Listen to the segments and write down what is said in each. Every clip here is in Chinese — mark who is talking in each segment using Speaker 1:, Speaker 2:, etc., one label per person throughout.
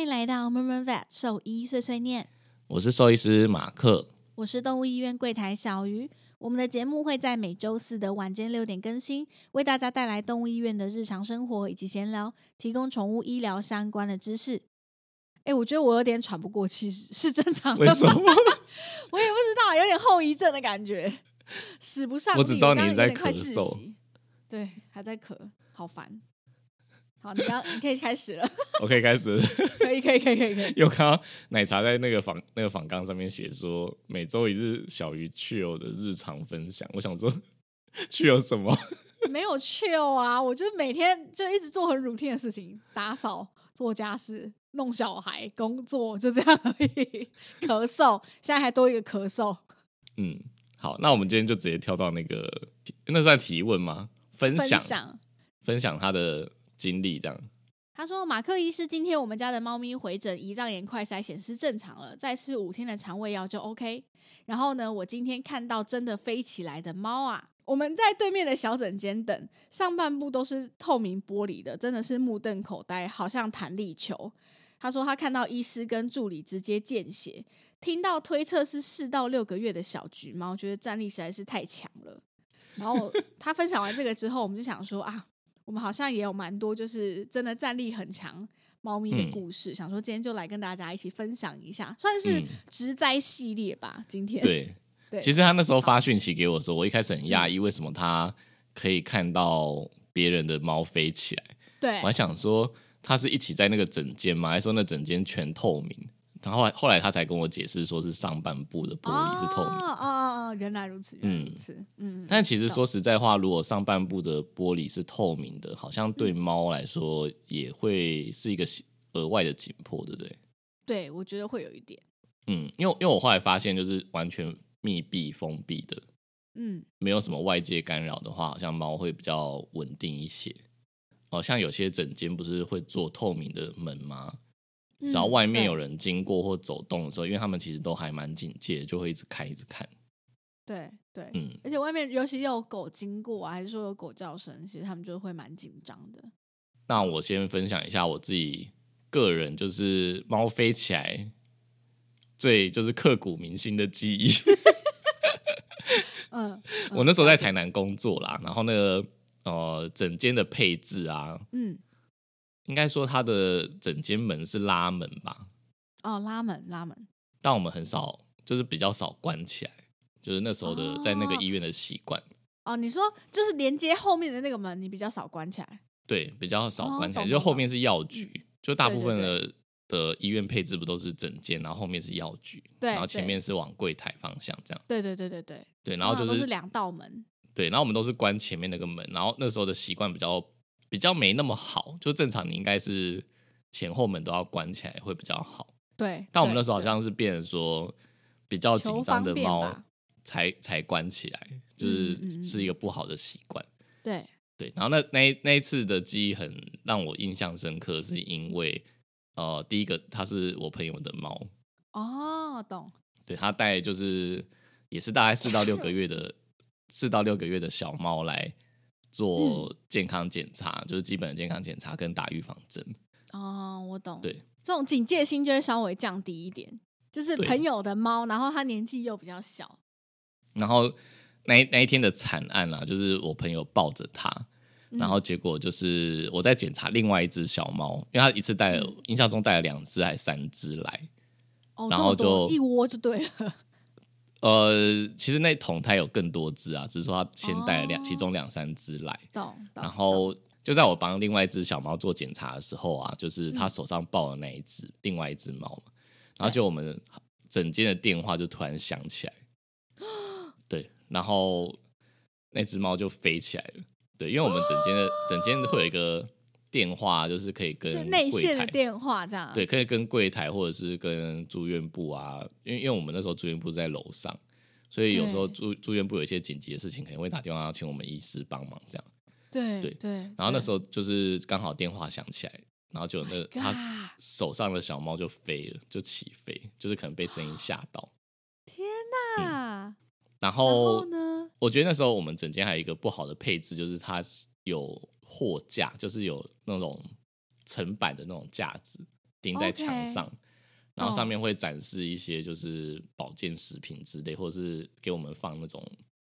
Speaker 1: 迎来到 Murmur Vet 兽医碎碎念，
Speaker 2: 我是兽医师马克。
Speaker 1: 我是动物医院柜台小鱼。我们的节目会在每周四的晚间六点更新，为大家带来动物医院的日常生活以及闲聊，提供宠物医疗相关的知识。哎、我觉得我有点喘不过气，是是正常的
Speaker 2: 为
Speaker 1: 吗？
Speaker 2: 什么？
Speaker 1: 我也不知道，有点后遗症的感觉，使不上力。
Speaker 2: 我只知道
Speaker 1: 刚刚
Speaker 2: 你在
Speaker 1: 有点快
Speaker 2: 咳
Speaker 1: 窒
Speaker 2: 嗽
Speaker 1: 息，对，还在咳，好烦。好，你刚你可以开始了，
Speaker 2: 我可以开始。
Speaker 1: 可以，可以，可以，可以，可以。
Speaker 2: 又看到奶茶在那个访那个访纲上面写说，每周一日小鱼去游的日常分享。我想说， 去游什么？
Speaker 1: 没有 chill 啊，我就每天就一直做很 routine 的事情，打扫、做家事、弄小孩、工作，就这样而已。咳嗽，现在还多一个咳嗽。
Speaker 2: 嗯，好，那我们今天就直接跳到那个，那算提问吗？分
Speaker 1: 分
Speaker 2: 享
Speaker 1: 享，
Speaker 2: 分享他的经历，这样。
Speaker 1: 他说：“马克医师，今天我们家的猫咪回诊胰脏炎快筛显示正常了，再吃五天的肠胃药就 OK。然后呢，我今天看到真的飞起来的猫啊！我们在对面的小诊间等，上半部都是透明玻璃的，真的是目瞪口呆，好像弹力球。”他说他看到医师跟助理直接见血，听到推测是四到六个月的小橘猫，觉得战力实在是太强了。然 后他分享完这个之后，我们就想说啊，我们好像也有蛮多就是真的战力很强猫咪的
Speaker 2: 嗯
Speaker 1: 故事，想说今天就来跟大家一起分享一下，算是
Speaker 2: 嗯
Speaker 1: 植栽系列吧。今天
Speaker 2: 对，
Speaker 1: 对嗯
Speaker 2: 其实他那时候发讯息给我的时候，我一开始很讶异，为什么他可以看到别人的猫飞起来？
Speaker 1: 对
Speaker 2: 我还想说，他是一起在那个整间吗？还是说那整间全透明？然后后来后来他才跟我解释，说是上半部的玻璃是透明。
Speaker 1: 哦哦哦哦，原来如此，原来如此，嗯，
Speaker 2: 但其实说实在话，如果上半部的玻璃是透明的，好像对猫来说也会是一个额外的紧迫，对不对？
Speaker 1: 对我觉得会有一点，
Speaker 2: 嗯，因为因为我后来发现，就是完全密闭封闭的，
Speaker 1: 嗯，
Speaker 2: 没有什么外界干扰的话，好像猫会比较稳定一些。哦，像有些整间不是会做透明的门吗？
Speaker 1: 嗯
Speaker 2: 只要外面有
Speaker 1: 对
Speaker 2: 人经过或走动的时候，因为他们其实都还蛮警戒，就会一直看一直看。
Speaker 1: 对对，
Speaker 2: 嗯，
Speaker 1: 而且外面尤其有狗经过啊，还是说有狗叫声，其实他们就会蛮紧张的。
Speaker 2: 那我先分享一下我自己个人，就是猫飞起来最就是刻骨铭心的记 忆。
Speaker 1: 嗯
Speaker 2: 我那时候在台南工作啦，然后那个呃整间的配置啊，
Speaker 1: 嗯，
Speaker 2: 应该说它的整间门是拉门吧，
Speaker 1: 哦，拉门拉门，
Speaker 2: 但我们很少，就是比较少关起来，就是那时候的在那个
Speaker 1: 哦
Speaker 2: 医院的习惯。
Speaker 1: 哦，你说就是连接后面的那个门，你比较少关起来。
Speaker 2: 对，比较少
Speaker 1: 哦
Speaker 2: 关起来，
Speaker 1: 懂
Speaker 2: 就
Speaker 1: 懂嗯
Speaker 2: 后面是药局，就大
Speaker 1: 对
Speaker 2: 部
Speaker 1: 对
Speaker 2: 分的的医院配置不都是整间，然后后面是药局，
Speaker 1: 对
Speaker 2: 然后前
Speaker 1: 对
Speaker 2: 面是往柜台方向这样，
Speaker 1: 对对对对对，
Speaker 2: 对，然后
Speaker 1: 通
Speaker 2: 就
Speaker 1: 常都
Speaker 2: 是
Speaker 1: 是两道门。
Speaker 2: 对，然后我们都是关前面那个门，然后那时候的习惯比较比较没那么好，就正常你应该是前后门都要关起来会比较好，
Speaker 1: 对，
Speaker 2: 但我们
Speaker 1: 对
Speaker 2: 那时候好
Speaker 1: 对
Speaker 2: 像是变成说比较
Speaker 1: 求
Speaker 2: 紧张
Speaker 1: 方
Speaker 2: 的
Speaker 1: 便
Speaker 2: 猫
Speaker 1: 吧
Speaker 2: 才才关起来，就
Speaker 1: 嗯嗯嗯
Speaker 2: 是
Speaker 1: 嗯
Speaker 2: 是一个不好的习惯。
Speaker 1: 对，
Speaker 2: 对，然后那那一那一次的记忆很让我印象深刻，是因为呃，第一个它是我朋友的猫，
Speaker 1: 哦，懂，
Speaker 2: 对它带就是也是大概四到六个月的四到六个月的小猫来做健康检查，就是基本的健康检查跟打预防针。
Speaker 1: 哦，我懂。
Speaker 2: 对，
Speaker 1: 这种警戒心就会稍微降低一点。就是
Speaker 2: 对
Speaker 1: 朋友的猫，然后它年纪又比较小，
Speaker 2: 然后那一那一天的惨案啊，就是我朋友抱着它，
Speaker 1: 嗯
Speaker 2: 然后结果就是我在检查另外一只小猫，因为它一次带了，印象中带了两只还三只来。
Speaker 1: 哦，
Speaker 2: 然
Speaker 1: 这么
Speaker 2: 后
Speaker 1: 多
Speaker 2: 就
Speaker 1: 一窝就对了。
Speaker 2: 呃，其实那桶它有更多只啊，只是说它先带了两、
Speaker 1: 哦
Speaker 2: 其中两三只来，
Speaker 1: 懂懂。
Speaker 2: 然后就在我帮另外一只小猫做检查的时候啊，就是
Speaker 1: 嗯
Speaker 2: 它手上抱的那一只、另外一只猫嘛，然后就我们整间的电话就突然响起来， 对，然后那只猫就飞起来了，对，因为我们整间的、整间会有一个电话，就是可以跟
Speaker 1: 就内
Speaker 2: 呃柜
Speaker 1: 线的
Speaker 2: 台
Speaker 1: 电话这样。
Speaker 2: 对，可以跟柜台或者是跟住院部啊，因为因为我们那时候住院部是在楼上，所以有时候
Speaker 1: 对
Speaker 2: 住住院部有一些紧急的事情，可能会打电话请我们医师帮忙这样。
Speaker 1: 对
Speaker 2: 对
Speaker 1: 对。
Speaker 2: 然后那
Speaker 1: 对 Oh
Speaker 2: 时候就是刚好电话响起来，然后就有那个
Speaker 1: God
Speaker 2: 他嗯
Speaker 1: 啊
Speaker 2: 手上的小猫就飞了，就起飞，就是可能被声音吓到。
Speaker 1: 天哪！
Speaker 2: 然
Speaker 1: 然
Speaker 2: 后
Speaker 1: 后呢？
Speaker 2: 我觉得那时候我们整间还有一个不好的配置，就是它有货架，就是有那种层板的那种架子，钉在墙
Speaker 1: OK
Speaker 2: 上然后上
Speaker 1: 哦
Speaker 2: 面会展示一些就是保健食品之类，或是给我们放那种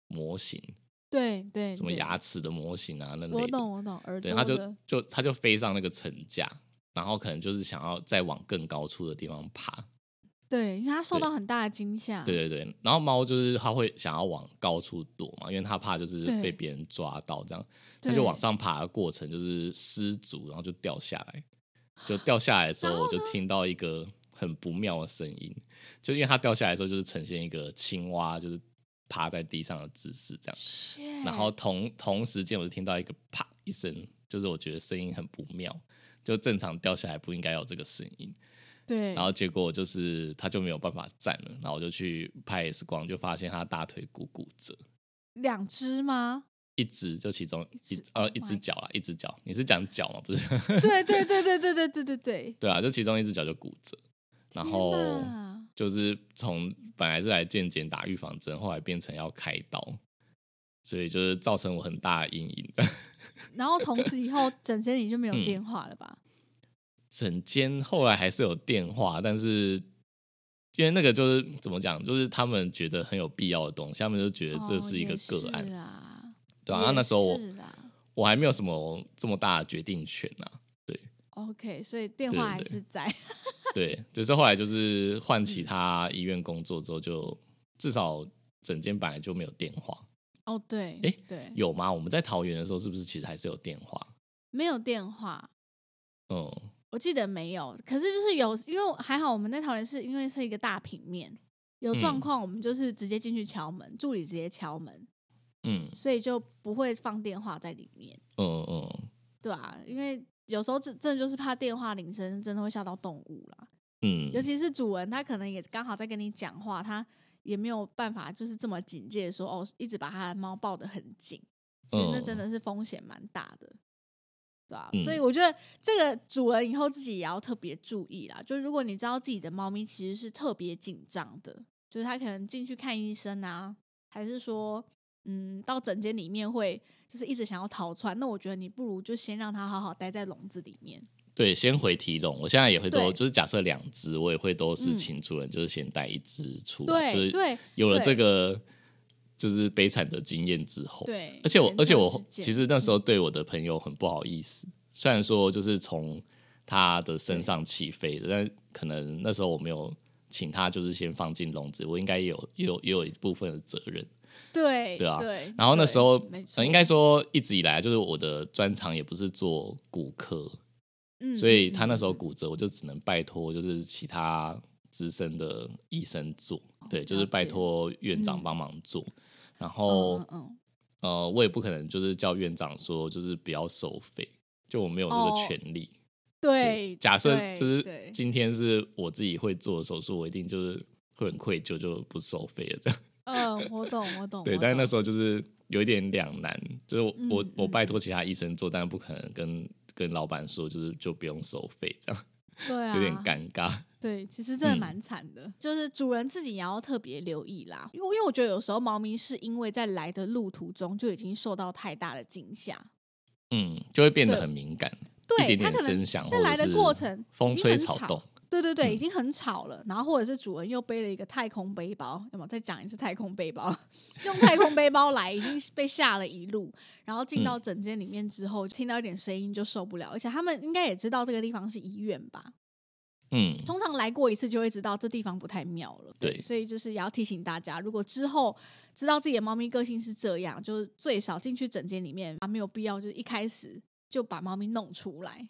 Speaker 2: 模型，
Speaker 1: 对对，
Speaker 2: 什么
Speaker 1: 对
Speaker 2: 牙齿的模型啊那类的。
Speaker 1: 我懂我懂，耳
Speaker 2: 对，
Speaker 1: 朵
Speaker 2: 他
Speaker 1: 的
Speaker 2: 就就他就飞上那个层架，然后可能就是想要再往更高处的地方爬。
Speaker 1: 啊对，因为他受
Speaker 2: 对
Speaker 1: 到很大的惊吓，
Speaker 2: 对对对，然后猫就是它会想要往高处躲嘛，因为它怕就是
Speaker 1: 对
Speaker 2: 被别人抓到这样，它
Speaker 1: 对，
Speaker 2: 就往上爬的过程就是失足，然后就掉下来， 就掉下来的时候我就听到一个很不妙的声音，就因为它掉下来的时候就是呈现一个青蛙就是趴在地上的姿势这样，
Speaker 1: Shit，
Speaker 2: 然后同同时间，我就听到一个啪一声，就是我觉得声音很不妙，就正常掉下来不应该有这个声音。
Speaker 1: 对，
Speaker 2: 然后结果就是他就没有办法站了，然后我就去拍 X 光，就发现他大腿骨骨折，
Speaker 1: 两只吗？
Speaker 2: 一只就其中一
Speaker 1: 只
Speaker 2: 呃一只
Speaker 1: my
Speaker 2: 脚啦，一只脚，你是讲脚吗？不是，
Speaker 1: 对对对对对对对对对，
Speaker 2: 对啊，就其中一只脚就骨折， 然后
Speaker 1: 天哪
Speaker 2: 就是从本来是来健检打预防针，后来变成要开刀，所以就是造成我很大的阴影。
Speaker 1: 然后从此以后，整间里就没有
Speaker 2: 嗯
Speaker 1: 电话了吧？
Speaker 2: 整间后来还是有电话，但是因为那个就是怎么讲，就是他们觉得很有必要的东西，他们就觉得这
Speaker 1: 哦
Speaker 2: 是一个
Speaker 1: 也
Speaker 2: 个案，
Speaker 1: 是啊，
Speaker 2: 对啊。
Speaker 1: 也
Speaker 2: 那那时候我
Speaker 1: 是啦
Speaker 2: 我还没有什么这么大的决定权啊，
Speaker 1: OK，所以电
Speaker 2: 对
Speaker 1: 话
Speaker 2: 对
Speaker 1: 还
Speaker 2: 对
Speaker 1: 是在，
Speaker 2: 对，就是后来就是换
Speaker 1: 嗯
Speaker 2: 其他医院工作之后就，至少整间本来就没有电话，
Speaker 1: 哦对，
Speaker 2: 诶
Speaker 1: 对，
Speaker 2: 有吗？我们在桃园的时候是不是其实还是有电话？
Speaker 1: 没有电话，
Speaker 2: 嗯，
Speaker 1: 我记得没有，可是就是有，因为还好我们那桃园是因为是一个大平面，有状
Speaker 2: 嗯
Speaker 1: 况我们就是直接进去敲门，助理直接敲门，
Speaker 2: 嗯
Speaker 1: 所以就不会放电话在里面，
Speaker 2: 嗯嗯
Speaker 1: 对啊，因为有时候真真的就是怕电话铃声真的会吓到动物啦，
Speaker 2: 嗯，
Speaker 1: 尤其是主人他可能也刚好在跟你讲话，他也没有办法就是这么警戒说哦，一直把他的猫抱得很紧，其实那
Speaker 2: 嗯
Speaker 1: 真的是风险蛮大的，对啊，
Speaker 2: 嗯
Speaker 1: 所以我觉得这个主人以后自己也要特别注意啦。就是如果你知道自己的猫咪其实是特别紧张的，就是它可能进去看医生啊，还是说嗯到诊间里面会就是一直想要逃窜，那我觉得你不如就先让它好好待在笼子里面。
Speaker 2: 对，先回提笼。我现在也会都
Speaker 1: 对
Speaker 2: 就是假设两只，我也会都是
Speaker 1: 嗯
Speaker 2: 请主人，就是先带一只出来，就
Speaker 1: 对
Speaker 2: 是
Speaker 1: 对
Speaker 2: 有了
Speaker 1: 对
Speaker 2: 这个就是悲惨的经验之后，
Speaker 1: 对，
Speaker 2: 哦而且我
Speaker 1: 前
Speaker 2: 而且
Speaker 1: 车
Speaker 2: 我
Speaker 1: 之鉴
Speaker 2: 其实那时候对我的朋友很不好意思，虽然说就是从他的身上起飞
Speaker 1: 嗯
Speaker 2: 的，但可能那时候我没有请他就是先放进笼子，我应该也有也有也有一部分的责任。
Speaker 1: 对
Speaker 2: 对啊
Speaker 1: 对。
Speaker 2: 然后那
Speaker 1: 对
Speaker 2: 时候
Speaker 1: 没
Speaker 2: 呃
Speaker 1: 错，
Speaker 2: 应该说一直以来就是我的专长也不是做骨科，
Speaker 1: 嗯，
Speaker 2: 所以他
Speaker 1: 嗯
Speaker 2: 那时候
Speaker 1: 嗯
Speaker 2: 骨折，我就只能拜托就是其他资深的医生做，对，就
Speaker 1: 哦
Speaker 2: 是
Speaker 1: 了解
Speaker 2: 拜托院长
Speaker 1: 嗯
Speaker 2: 帮忙做。然
Speaker 1: 嗯
Speaker 2: 后
Speaker 1: 嗯嗯
Speaker 2: 呃，我也不可能就是叫院长说就是不要收费，就我没有这
Speaker 1: 哦
Speaker 2: 个权利。
Speaker 1: 对，
Speaker 2: 假设
Speaker 1: 对
Speaker 2: 就是
Speaker 1: 对
Speaker 2: 今天是我自己会做的手术，我一定就是会很愧疚，就不收费了这样。
Speaker 1: 嗯，我懂我懂，
Speaker 2: 对，
Speaker 1: 我
Speaker 2: 但是那
Speaker 1: 懂
Speaker 2: 时候就是有一点两难，就是我、我
Speaker 1: 嗯
Speaker 2: 我
Speaker 1: 嗯
Speaker 2: 拜托其他医生做，但不可能跟跟老板说就是就不用收费这样，
Speaker 1: 对啊，
Speaker 2: 有点尴尬。
Speaker 1: 对，其实真的
Speaker 2: 嗯
Speaker 1: 蛮惨的，就是主人自己也要特别留意啦，因为因为我觉得有时候猫咪是因为在来的路途中就已经受到太大的惊吓，
Speaker 2: 嗯，就会变得
Speaker 1: 对
Speaker 2: 很敏感，一
Speaker 1: 对
Speaker 2: 点
Speaker 1: 它
Speaker 2: 点
Speaker 1: 可能
Speaker 2: 声响
Speaker 1: 在
Speaker 2: 或
Speaker 1: 来
Speaker 2: 者
Speaker 1: 的
Speaker 2: 是
Speaker 1: 过程已
Speaker 2: 风
Speaker 1: 经
Speaker 2: 吹
Speaker 1: 很
Speaker 2: 草
Speaker 1: 吵
Speaker 2: 动，
Speaker 1: 对对对，
Speaker 2: 嗯
Speaker 1: 已经很吵了，然后或者是主人又背了一个太空背包，有没有？再讲一次太空背包， 用太空背包来，已经被吓了一路，然后进
Speaker 2: 嗯
Speaker 1: 到整间里面之后，听到一点声音就受不了，而且他们应该也知道这个地方是医院吧？
Speaker 2: 嗯，
Speaker 1: 通常来过一次就会知道这地方不太妙了。
Speaker 2: 对
Speaker 1: 所以就是也要提醒大家，如果之后知道自己的猫咪个性是这样，就是最少进去整间里面啊，没有必要就是一开始就把猫咪弄出来。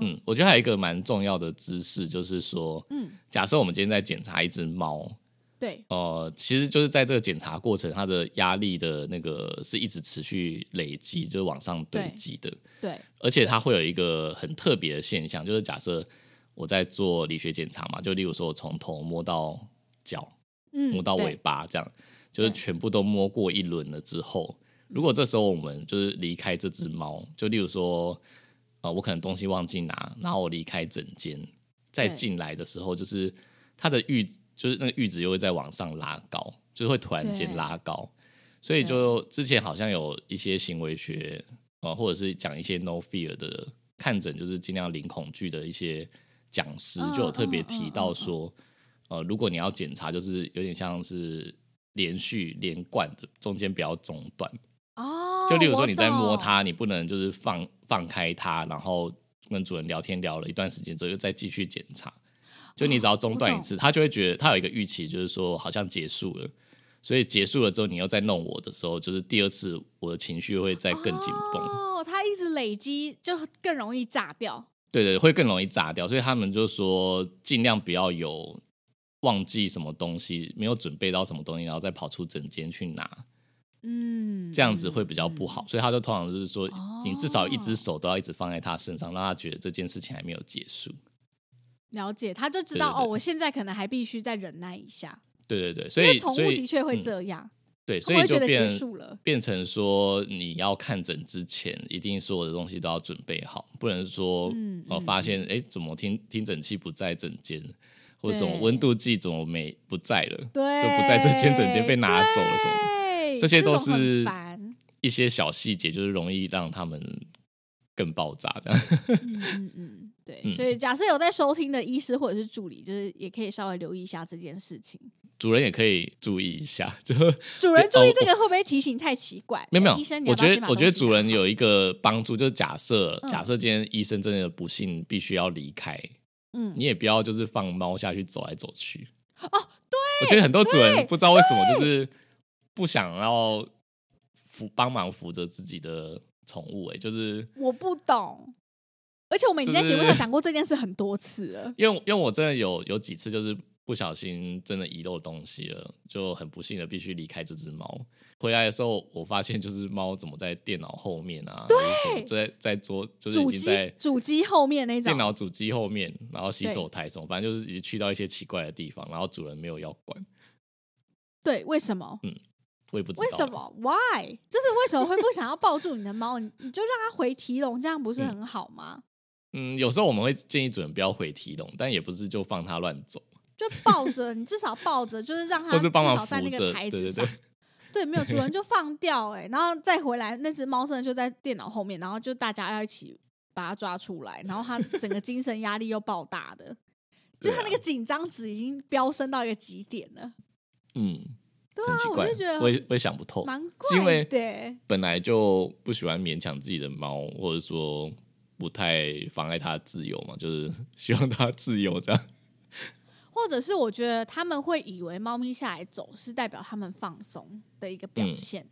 Speaker 2: 嗯，我觉得还有一个蛮重要的知识，就是说，
Speaker 1: 嗯，
Speaker 2: 假设我们今天在检查一只猫，
Speaker 1: 对，
Speaker 2: 呃，其实就是在这个检查过程，它的压力的那个是一直持续累积，就是往上堆
Speaker 1: 对
Speaker 2: 积的，
Speaker 1: 对，
Speaker 2: 而且它会有一个很特别的现象，就是假设我在做理学检查嘛，就例如说我从头摸到脚，
Speaker 1: 嗯，
Speaker 2: 摸到尾
Speaker 1: 对，
Speaker 2: 巴，这样、就是
Speaker 1: 对
Speaker 2: 全部都摸过一轮了之后，如果这时候我们就是离开这只猫，就例如说，呃，我可能东西忘记拿，然后我离开整间，再
Speaker 1: 对
Speaker 2: 进来的时候，就是它的阈，就是那个阈值又会再往上拉高，就是会突然间
Speaker 1: 对
Speaker 2: 拉高，所以
Speaker 1: 对
Speaker 2: 就之前好像有一些行为学，呃，或者是讲一些 no fear 的看诊，就是尽量零恐惧的一些讲师
Speaker 1: 嗯
Speaker 2: 就有特别
Speaker 1: 嗯
Speaker 2: 提
Speaker 1: 嗯
Speaker 2: 到
Speaker 1: 嗯
Speaker 2: 说，呃，如果你要检查，就是有点像是连续连贯的，中间不要中断。
Speaker 1: 哦，
Speaker 2: 就例如说你在
Speaker 1: 我
Speaker 2: 摸
Speaker 1: 懂
Speaker 2: 它，你不能就是放放开它，然后跟主人聊天聊了一段时间之后，又再继续检查。就你只要中断一次，它就会觉得它有一个预期，就是说好像结束了。所以结束了之后，你又再弄我的时候，就是第二次我的情绪会再更紧绷。
Speaker 1: 哦，它一直累积就更容易炸掉。
Speaker 2: 对对，会更容易炸掉，所以他们就说尽量不要有忘记什么东西，没有准备到什么东西，然后再跑出整间去拿，
Speaker 1: 嗯，
Speaker 2: 这样子会
Speaker 1: 嗯
Speaker 2: 比较不好。
Speaker 1: 嗯
Speaker 2: 所以他就通常就是说，
Speaker 1: 哦
Speaker 2: 你至少一只手都要一直放在他身上，让他觉得这件事情还没有结束。
Speaker 1: 嗯了解，他就知道
Speaker 2: 对对对
Speaker 1: 哦，我现在可能还必须再忍耐一下。
Speaker 2: 对对对，所
Speaker 1: 因
Speaker 2: 以
Speaker 1: 为宠物
Speaker 2: 所以
Speaker 1: 的确会
Speaker 2: 嗯
Speaker 1: 这样，
Speaker 2: 对，
Speaker 1: 他
Speaker 2: 所
Speaker 1: 们
Speaker 2: 以
Speaker 1: 会
Speaker 2: 就
Speaker 1: 觉得结
Speaker 2: 变
Speaker 1: 束了。
Speaker 2: 变成说你要看诊之前，一定所有的东西都要准备好，不能说
Speaker 1: 嗯
Speaker 2: 哦、
Speaker 1: 嗯
Speaker 2: 发现哎、诶怎么听听诊器不在诊间，或者什么
Speaker 1: 对
Speaker 2: 温度计怎么没不在了，
Speaker 1: 对，
Speaker 2: 就不在这间整间被拿走了什么的，
Speaker 1: 对
Speaker 2: 这些都
Speaker 1: 种很
Speaker 2: 是
Speaker 1: 烦。
Speaker 2: 一些小细节，就是容易让他们更爆炸这样。
Speaker 1: 嗯嗯嗯，对。
Speaker 2: 嗯
Speaker 1: 所以假设有在收听的医师或者是助理，就是也可以稍微留意一下这件事情。
Speaker 2: 主人也可以注意一下，就
Speaker 1: 主人注
Speaker 2: 对
Speaker 1: 意
Speaker 2: 哦
Speaker 1: 这个会不会提醒太奇怪？哎
Speaker 2: 没有没
Speaker 1: 医生你
Speaker 2: 有，我
Speaker 1: 要不要
Speaker 2: 觉
Speaker 1: 先
Speaker 2: 得
Speaker 1: 把
Speaker 2: 我觉得
Speaker 1: 东西
Speaker 2: 主
Speaker 1: 拿
Speaker 2: 人
Speaker 1: 好
Speaker 2: 有一个帮助，就是假设
Speaker 1: 嗯
Speaker 2: 假设今天医生真的不幸必须要离开，
Speaker 1: 嗯
Speaker 2: 你也不要就是放猫下去走来走去。
Speaker 1: 哦
Speaker 2: 我觉得很多主
Speaker 1: 对
Speaker 2: 人不知道为什么就是不想要扶帮忙扶着自己的宠物、欸，就是
Speaker 1: 我不懂。而且我们已经在节目
Speaker 2: 就
Speaker 1: 上
Speaker 2: 是
Speaker 1: 讲过这件事很多次了。
Speaker 2: 因为因为我真的有有几次就是不小心真的遗漏东西了，就很不幸的必须离开这只猫。回来的时候，我发现就是猫怎么在电脑后面啊，对，在在桌 就是
Speaker 1: 主
Speaker 2: 已经
Speaker 1: 机
Speaker 2: 在
Speaker 1: 主机后面那种
Speaker 2: 电，脑主机后面，然后洗手台什么，反正就是已经去到一些奇怪的地方，然后主人没有要管，
Speaker 1: 对，为什么？
Speaker 2: 我也不知道
Speaker 1: 为什么？Why？就是为什么会不想要抱住你的猫？你你就让它回提笼，这样不是很好吗？
Speaker 2: 嗯，有时候我们会建议主人不要回提笼，但也不是就放它乱走，
Speaker 1: 就抱着你，至少抱着，就是让它
Speaker 2: 或是
Speaker 1: 至
Speaker 2: 帮忙
Speaker 1: 少
Speaker 2: 扶
Speaker 1: 在那个
Speaker 2: 着，
Speaker 1: 台
Speaker 2: 对
Speaker 1: 子
Speaker 2: 对
Speaker 1: 上
Speaker 2: 对。。
Speaker 1: 对，没有主人就放掉哎、然后再回来，那只猫真的就在电脑后面，然后就大家要一起把它抓出来，然后它整个精神压力又爆大 的，就
Speaker 2: 对啊
Speaker 1: 它那个紧张值已经飙升到一个极点了，
Speaker 2: 嗯，
Speaker 1: 对
Speaker 2: 很
Speaker 1: 啊
Speaker 2: 奇，
Speaker 1: 我
Speaker 2: 怪
Speaker 1: 就觉，
Speaker 2: 我
Speaker 1: 得
Speaker 2: 也我也想不透，
Speaker 1: 蛮
Speaker 2: 是因
Speaker 1: 怪
Speaker 2: 为
Speaker 1: 的欸，
Speaker 2: 本来就不喜欢勉强自己的猫，或者说不太妨碍它的自由嘛， 就是希望它自由这样。
Speaker 1: 或者是我觉得他们会以为猫咪下来走是代表他们放松的一个表
Speaker 2: 嗯
Speaker 1: 现，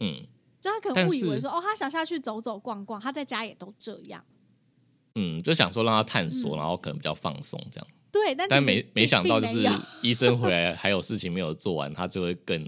Speaker 2: 嗯
Speaker 1: 就他可能
Speaker 2: 但
Speaker 1: 误以为
Speaker 2: 是
Speaker 1: 说哦，他想下去走走逛逛，他在家也都这样。
Speaker 2: 嗯，就想说让它探索，
Speaker 1: 嗯
Speaker 2: 然后可能比较放松这样。
Speaker 1: 对，但
Speaker 2: 但
Speaker 1: 其实
Speaker 2: 没
Speaker 1: 并
Speaker 2: 没想到，就
Speaker 1: 并没
Speaker 2: 是
Speaker 1: 有
Speaker 2: 医生回来还有事情没有做完，它就会更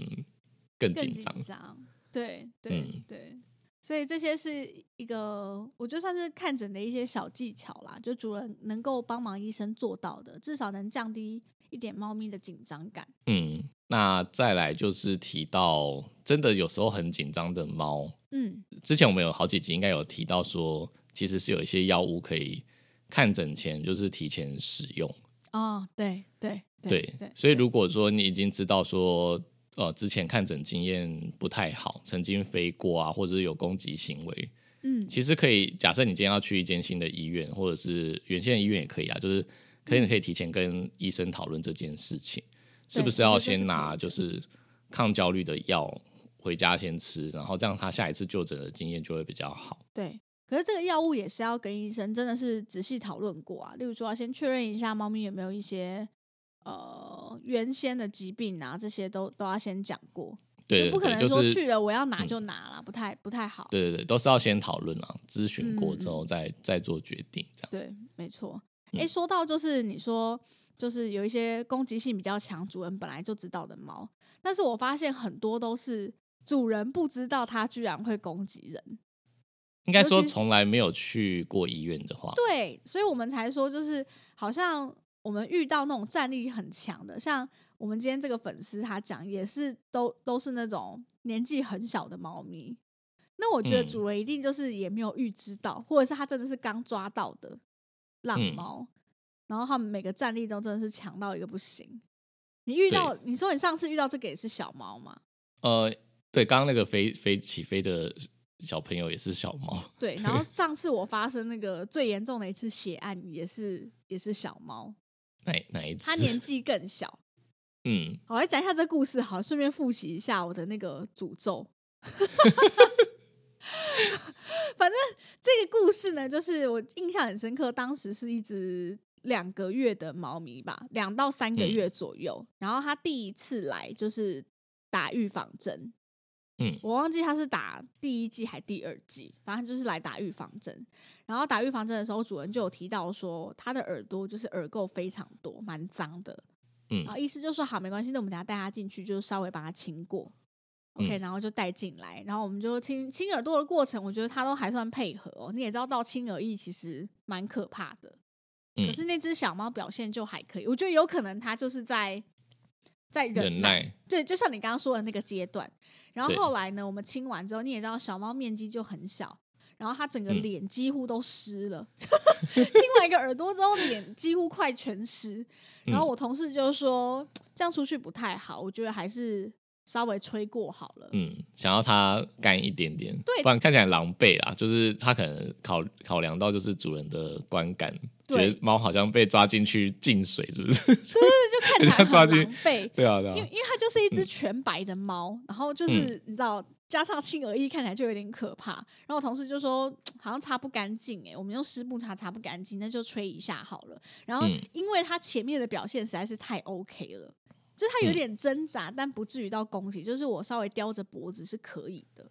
Speaker 1: 更
Speaker 2: 更紧
Speaker 1: 紧
Speaker 2: 张。
Speaker 1: 张。对对、
Speaker 2: 嗯
Speaker 1: 对，所以这些是一个我就算是看诊的一些小技巧啦，就主人能够帮忙医生做到的，至少能降低一点猫咪的紧张感。
Speaker 2: 嗯，那再来就是提到，真的有时候很紧张的猫，
Speaker 1: 嗯，
Speaker 2: 之前我们有好几集应该有提到说，其实是有一些药物可以看诊前就是提前使用。
Speaker 1: 哦，对对
Speaker 2: 对，
Speaker 1: 对，
Speaker 2: 所
Speaker 1: 对
Speaker 2: 以如果说你已经知道说，呃，之前看诊经验不太好，曾经飞过啊，或者是有攻击行为，
Speaker 1: 嗯
Speaker 2: 其实可以假设你今天要去一间新的医院，或者是原先的医院也可以啊，就是可
Speaker 1: 嗯
Speaker 2: 以你可以提前跟医生讨论这件事情，是不是要先拿
Speaker 1: 我觉得这
Speaker 2: 就是抗焦虑的药回家先吃，然后这样他下一次就诊的经验就会比较好。
Speaker 1: 对。可是这个药物也是要跟医生真的是仔细讨论过啊，例如说要先确认一下猫咪有没有一些呃原先的疾病啊，这些都都要先讲过，
Speaker 2: 对
Speaker 1: 就不
Speaker 2: 对
Speaker 1: 可
Speaker 2: 对，
Speaker 1: 能
Speaker 2: 就
Speaker 1: 说
Speaker 2: 是嗯
Speaker 1: 去了我要拿就拿啦，不太不太好。
Speaker 2: 对对对，都是要先讨论啊，咨询过
Speaker 1: 嗯
Speaker 2: 之后再、再做决定，这样。
Speaker 1: 对，没错。
Speaker 2: 嗯
Speaker 1: 哎、说到就是你说，就是有一些攻击性比较强，主人本来就知道的猫，但是我发现很多都是主人不知道它居然会攻击人。
Speaker 2: 应该
Speaker 1: 尤
Speaker 2: 说
Speaker 1: 其是
Speaker 2: 从来没有去过医院的话，
Speaker 1: 对，所以我们才说，就是好像我们遇到那种战力很强的，像我们今天这个粉丝他讲，也是都都是那种年纪很小的猫咪。那我觉得
Speaker 2: 嗯
Speaker 1: 主人一定就是也没有预知到，或者是他真的是刚抓到的浪
Speaker 2: 嗯
Speaker 1: 猫，然后他们每个战力都真的是强到一个不行。你遇到你说你上次遇到这个也是小猫吗？
Speaker 2: 呃，对，刚刚那个飞飞起飞的小朋友也是小猫，
Speaker 1: 对，然后上次我发生那个最严重的一次血案，也是也是小猫，
Speaker 2: 哪哪一次？
Speaker 1: 它年纪更小。
Speaker 2: 嗯，
Speaker 1: 好，来讲一下这故事，好，顺便复习一下我的那个诅咒。 反正这个故事呢，就是我印象很深刻，当时是一只两个月的猫咪吧，两到三个月左右。然后它第一次来就是打预防针，
Speaker 2: 嗯
Speaker 1: 我忘记它是打第一剂还第二剂，反正它就是来打预防针。然后打预防针的时候，主人就有提到说，它的耳朵就是耳垢非常多，蛮脏的。
Speaker 2: 嗯
Speaker 1: 然后医师啊就说好，没关系，那我们等下带它进去，就稍微把它清过。OK，
Speaker 2: 嗯
Speaker 1: 然后就带进来，然后我们就清清耳朵的过程，我觉得它都还算配合哦。你也知道，到清耳翼其实蛮可怕的，
Speaker 2: 嗯
Speaker 1: 可是那只小猫表现就还可以，我觉得有可能它就是在在忍耐，
Speaker 2: 忍耐，
Speaker 1: 对，就像你刚刚说的那个阶段。然后
Speaker 2: 对
Speaker 1: 后来呢，我们清完之后，你也知道，小猫面积就很小，然后它整个
Speaker 2: 嗯
Speaker 1: 脸几乎都湿了。 清完一个耳朵之后，脸几乎快全湿。然后
Speaker 2: 嗯
Speaker 1: 我同事就说，这样出去不太好，我觉得还是稍微吹过好了。
Speaker 2: 嗯，想要它干一点点，
Speaker 1: 对
Speaker 2: 不然看起来很狼狈啦。就是它可能考考量到就是主人的观感，觉
Speaker 1: 对
Speaker 2: 得猫好像被抓进去浸水，是不是？
Speaker 1: 就看起来很
Speaker 2: 抓进
Speaker 1: 狼狈。
Speaker 2: 对啊，对嗯
Speaker 1: 因为
Speaker 2: 啊，
Speaker 1: 因为它就是一只全白的猫，然后就是、你知道，加上轻而易看起来就有点可怕。然后我同事就说，好像擦不干净哎，我们用湿布擦擦不干净，那就吹一下好了。然后
Speaker 2: 嗯
Speaker 1: 因为它前面的表现实在是太 OK 了，就是
Speaker 2: 嗯
Speaker 1: 它有点挣扎，但不至于到攻击，就是我稍微叼着脖子是可以的。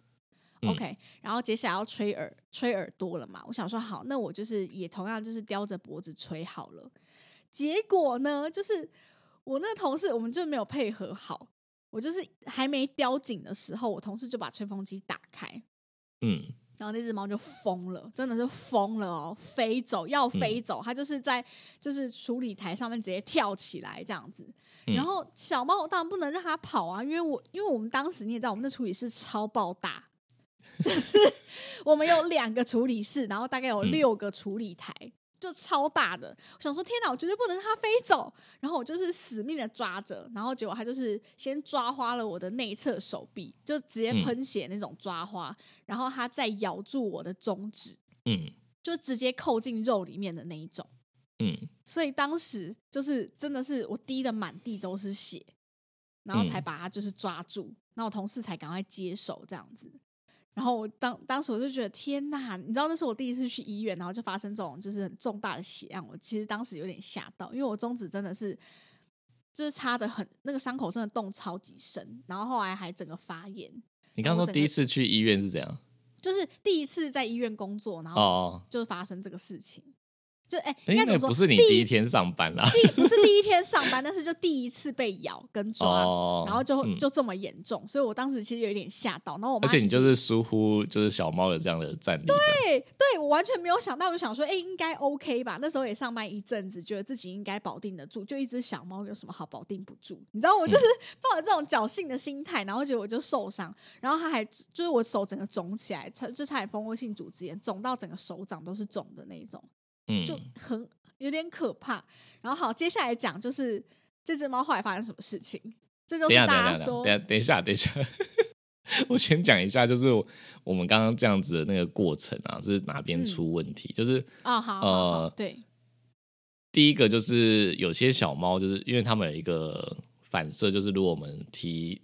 Speaker 2: 嗯
Speaker 1: OK，然后接下来要吹耳吹耳朵了嘛？我想说好，那我就是也同样就是叼着脖子吹好了。结果呢，就是我那个同事我们就没有配合好，我就是还没叼紧的时候，我同事就把吹风机打开，
Speaker 2: 嗯，
Speaker 1: 然后那只猫就疯了，真的是疯了哦，飞走要
Speaker 2: 嗯
Speaker 1: 飞走，它就是在就是处理台上面直接跳起来这样子。
Speaker 2: 嗯
Speaker 1: 然后小猫我当然不能让它跑啊，因为我因为我们当时你也知道，我们的处理室超爆大，就是我们有两个处理室，然后大概有
Speaker 2: 嗯
Speaker 1: 六个处理台。就超大的，我想说天哪，我绝对不能让它飞走。然后我就是死命的抓着，然后结果它就是先抓花了我的内侧手臂，就直接
Speaker 2: 嗯
Speaker 1: 喷血那种抓花。然后它再咬住我的中指，
Speaker 2: 嗯，
Speaker 1: 就直接扣进肉里面的那一种。
Speaker 2: 嗯，
Speaker 1: 所以当时就是真的是我滴的满地都是血，然后才
Speaker 2: 嗯
Speaker 1: 把它就是抓住，然后我同事才赶快接手这样子。然后我当当时我就觉得天呐，你知道那是我第一次去医院，然后就发生这种就是很重大的血案，我其实当时有点吓到，因为我中指真的是就是插的很那个伤口真的动超级深，然后后来还整个发炎，
Speaker 2: 你刚
Speaker 1: 我
Speaker 2: 说
Speaker 1: 整
Speaker 2: 第一
Speaker 1: 个
Speaker 2: 次去医院是怎样？
Speaker 1: 就是第一次在医院工作，然
Speaker 2: 哦
Speaker 1: 后
Speaker 2: 哦，
Speaker 1: 就发生这个事情。就哎，
Speaker 2: 哎
Speaker 1: 应该，怎
Speaker 2: 那
Speaker 1: 么说？
Speaker 2: 不是你第一天上班啦？
Speaker 1: 第不是第一天上班，但是就第一次被咬跟抓，
Speaker 2: 哦，
Speaker 1: 啊然后就、
Speaker 2: 嗯
Speaker 1: 就这么严重，所以我当时其实有一点吓到。然后我妈
Speaker 2: 而
Speaker 1: 其
Speaker 2: 且
Speaker 1: 实，
Speaker 2: 你就是疏忽，就是小猫的这样的战力这样，
Speaker 1: 对对，我完全没有想到，我就想说，哎、应该 OK 吧？那时候也上班一阵子，觉得自己应该保定得住，就一只小猫有什么好保定不住？你知道，
Speaker 2: 嗯
Speaker 1: 我就是抱着这种侥幸的心态，然后结果我就受伤，然后它还就是我手整个肿起来，差就差点蜂窝性组织炎，肿到整个手掌都是肿的那一种。就
Speaker 2: 嗯，
Speaker 1: 很有点可怕。然后好，接下来讲就是这只猫后来发生什么事情，这就
Speaker 2: 等一
Speaker 1: 是
Speaker 2: 下，等
Speaker 1: 大
Speaker 2: 一
Speaker 1: 家
Speaker 2: 下，等
Speaker 1: 说
Speaker 2: 一下，等一下，等一下，我先讲一下，就是我我们刚刚这样子的那个过程啊，是哪
Speaker 1: 嗯
Speaker 2: 边出问题？就是
Speaker 1: 啊、好好好，
Speaker 2: 呃
Speaker 1: 对，
Speaker 2: 第一个就是有些小猫，就是因为它们有一个反射，就是如果我们踢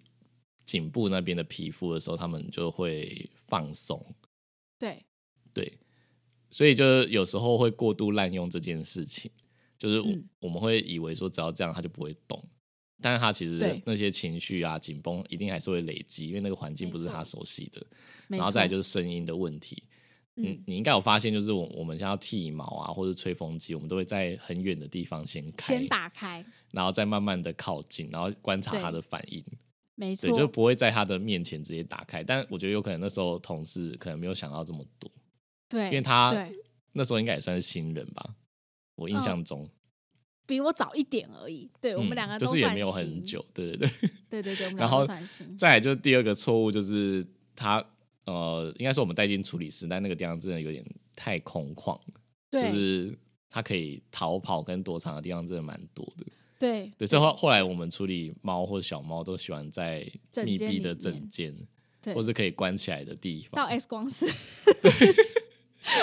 Speaker 2: 颈部那边的皮肤的时候，它们就会放松，
Speaker 1: 对，
Speaker 2: 对，所以就是有时候会过度滥用这件事情，就是我,、
Speaker 1: 嗯
Speaker 2: 我们会以为说只要这样它就不会动，但是它其实
Speaker 1: 对
Speaker 2: 那些情绪啊、紧绷一定还是会累积，因为那个环境不是
Speaker 1: 没错
Speaker 2: 它熟悉的。
Speaker 1: 没，
Speaker 2: 然后再来就是是声音的问题，你
Speaker 1: 嗯，
Speaker 2: 你应该有发现，就是我我们像要剃毛啊，或者吹风机，我们都会在很远的地方先开，
Speaker 1: 先打开，
Speaker 2: 然后再慢慢的靠近，然后观察
Speaker 1: 对
Speaker 2: 它的反应。
Speaker 1: 没
Speaker 2: 对，就
Speaker 1: 错，
Speaker 2: 不会在他的面前直接打开。但我觉得有可能那时候同事可能没有想到这么多，
Speaker 1: 对，
Speaker 2: 因为他
Speaker 1: 对
Speaker 2: 那时候应该也算是新人吧，我印
Speaker 1: 嗯
Speaker 2: 象中，
Speaker 1: 比我早一点而已，对、我们
Speaker 2: 嗯
Speaker 1: 两个都
Speaker 2: 就
Speaker 1: 算
Speaker 2: 是也没有
Speaker 1: 新
Speaker 2: 很，久，对对
Speaker 1: 对
Speaker 2: 对。
Speaker 1: 对对，我们两个
Speaker 2: 然后
Speaker 1: 都算新，
Speaker 2: 再来就是第二个错误，就是他呃，应该说我们带进处理室，但那个地方真的有点太空旷了，就
Speaker 1: 对、
Speaker 2: 是他可以逃跑跟躲藏的地方真的蛮多的。
Speaker 1: 对，
Speaker 2: 对，所以后后来我们处理猫或小猫都喜欢在
Speaker 1: 整
Speaker 2: 密
Speaker 1: 间
Speaker 2: 闭
Speaker 1: 里
Speaker 2: 的
Speaker 1: 面
Speaker 2: 整间，
Speaker 1: 对
Speaker 2: 或是可以关起来的地
Speaker 1: 到
Speaker 2: 方。
Speaker 1: X 光 室。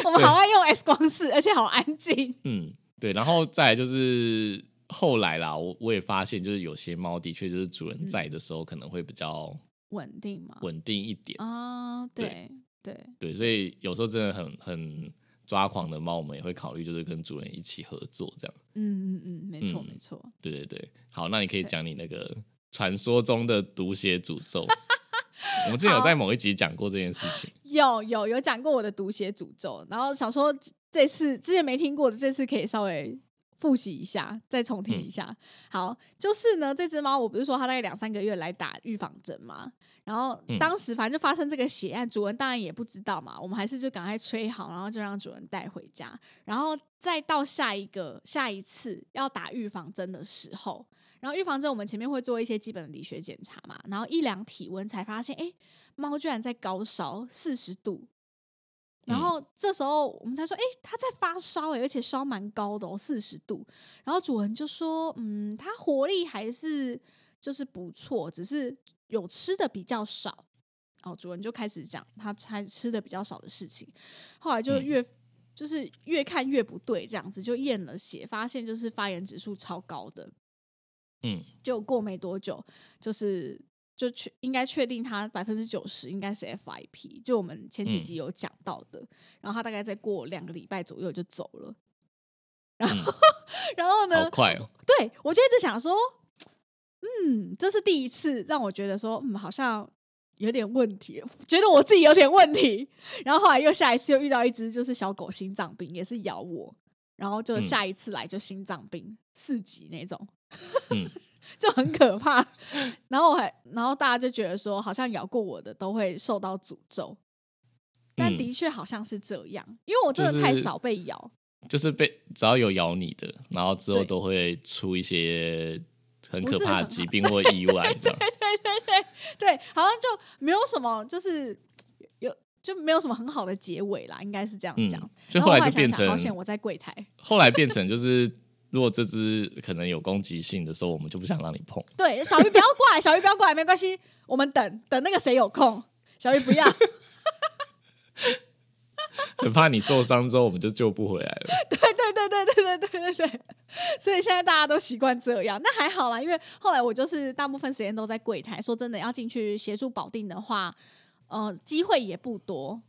Speaker 1: 我们好爱用 X 光室，而且好安静。
Speaker 2: 嗯，对。然后再来就是后来啦，我我也发现，就是有些猫的确就是主
Speaker 1: 嗯
Speaker 2: 人在的时候可能会比较
Speaker 1: 稳定吗？
Speaker 2: 稳定一点，
Speaker 1: 啊，对对，
Speaker 2: 对。所以有时候真的很很抓狂的猫，我们也会考虑就是跟主人一起合作这样。
Speaker 1: 嗯嗯嗯，没错
Speaker 2: 嗯
Speaker 1: 没错。
Speaker 2: 对对对，好，那你可以讲你那个传说中的毒血诅 咒。我们之前有在某一集讲过这件事情，
Speaker 1: 有有有讲过我的毒血诅咒，然后想说这这次之前没听过的，这次可以稍微复习一下，再重听一下。好，就是呢，这只猫我不是说它大概两三个月来打预防针嘛，然后
Speaker 2: 嗯
Speaker 1: 当时反正就发生这个血案，主人当然也不知道嘛，我们还是就赶快吹好，然后就让主人带回家，然后再到下一个下一次要打预防针的时候。然后预防针，我们前面会做一些基本的理学检查嘛，然后一量体温才发现，哎，猫居然在高烧四十度，然
Speaker 2: 嗯
Speaker 1: 后这时候我们才说，哎、它在发烧、诶而且烧蛮高的哦，四十度。然后主人就说，嗯，它活力还是就是不错，只是有吃的比较少。哦，主人就开始讲他才吃的比较少的事情，后来就
Speaker 2: 嗯
Speaker 1: 越、就是越看越不对，这样子就验了血，发现就是发炎指数超高的。
Speaker 2: 嗯，
Speaker 1: 就过没多久，就是就确应该确定它百分之九十应该是 FIP，就我们前几
Speaker 2: 嗯
Speaker 1: 集有讲到的。然后它大概再过两个礼拜左右就走了。
Speaker 2: 嗯，
Speaker 1: 然后呢
Speaker 2: 好，快哦，
Speaker 1: 对我就一直想说，嗯，这是第一次让我觉得说，嗯，好像有点问题，觉得我自己有点问题。然后后来又下一次又遇到一只就是小狗心脏病，也是咬我，然后就
Speaker 2: 嗯
Speaker 1: 下一次来就心脏病、四级那种。
Speaker 2: 嗯，
Speaker 1: 就很可怕。然后我还，然后大家就觉得说，好像咬过我的都会受到诅咒，但
Speaker 2: 嗯
Speaker 1: 的确好像是这样，因为我真的
Speaker 2: 就
Speaker 1: 太
Speaker 2: 是
Speaker 1: 少被咬。
Speaker 2: 就是被只要有咬你的，然后之后
Speaker 1: 对
Speaker 2: 都会出一些很
Speaker 1: 不是
Speaker 2: 可怕
Speaker 1: 很
Speaker 2: 的
Speaker 1: 好
Speaker 2: 疾病或意 外这样。
Speaker 1: 对，好像就没有什么，就是有就没有什么很好的结尾啦，应该是这样讲。
Speaker 2: 嗯所以
Speaker 1: 然后
Speaker 2: 后来
Speaker 1: 我
Speaker 2: 就变
Speaker 1: 想想好
Speaker 2: 成
Speaker 1: 险我在柜台。
Speaker 2: 后来变成就是，如果这只可能有攻击性的时候，我们就不想让你碰。
Speaker 1: 对，小鱼不要过来，小鱼不要过来，没关系，我们等等那个谁有空，小鱼不要。
Speaker 2: 很怕你受伤之后，我们就救不回来了。
Speaker 1: 对对对对对对对对，所以现在大家都习惯这样，那还好啦，因为后来我就是大部分时间都在柜台。说真的，要进去协助保定的话，呃，机会也不多。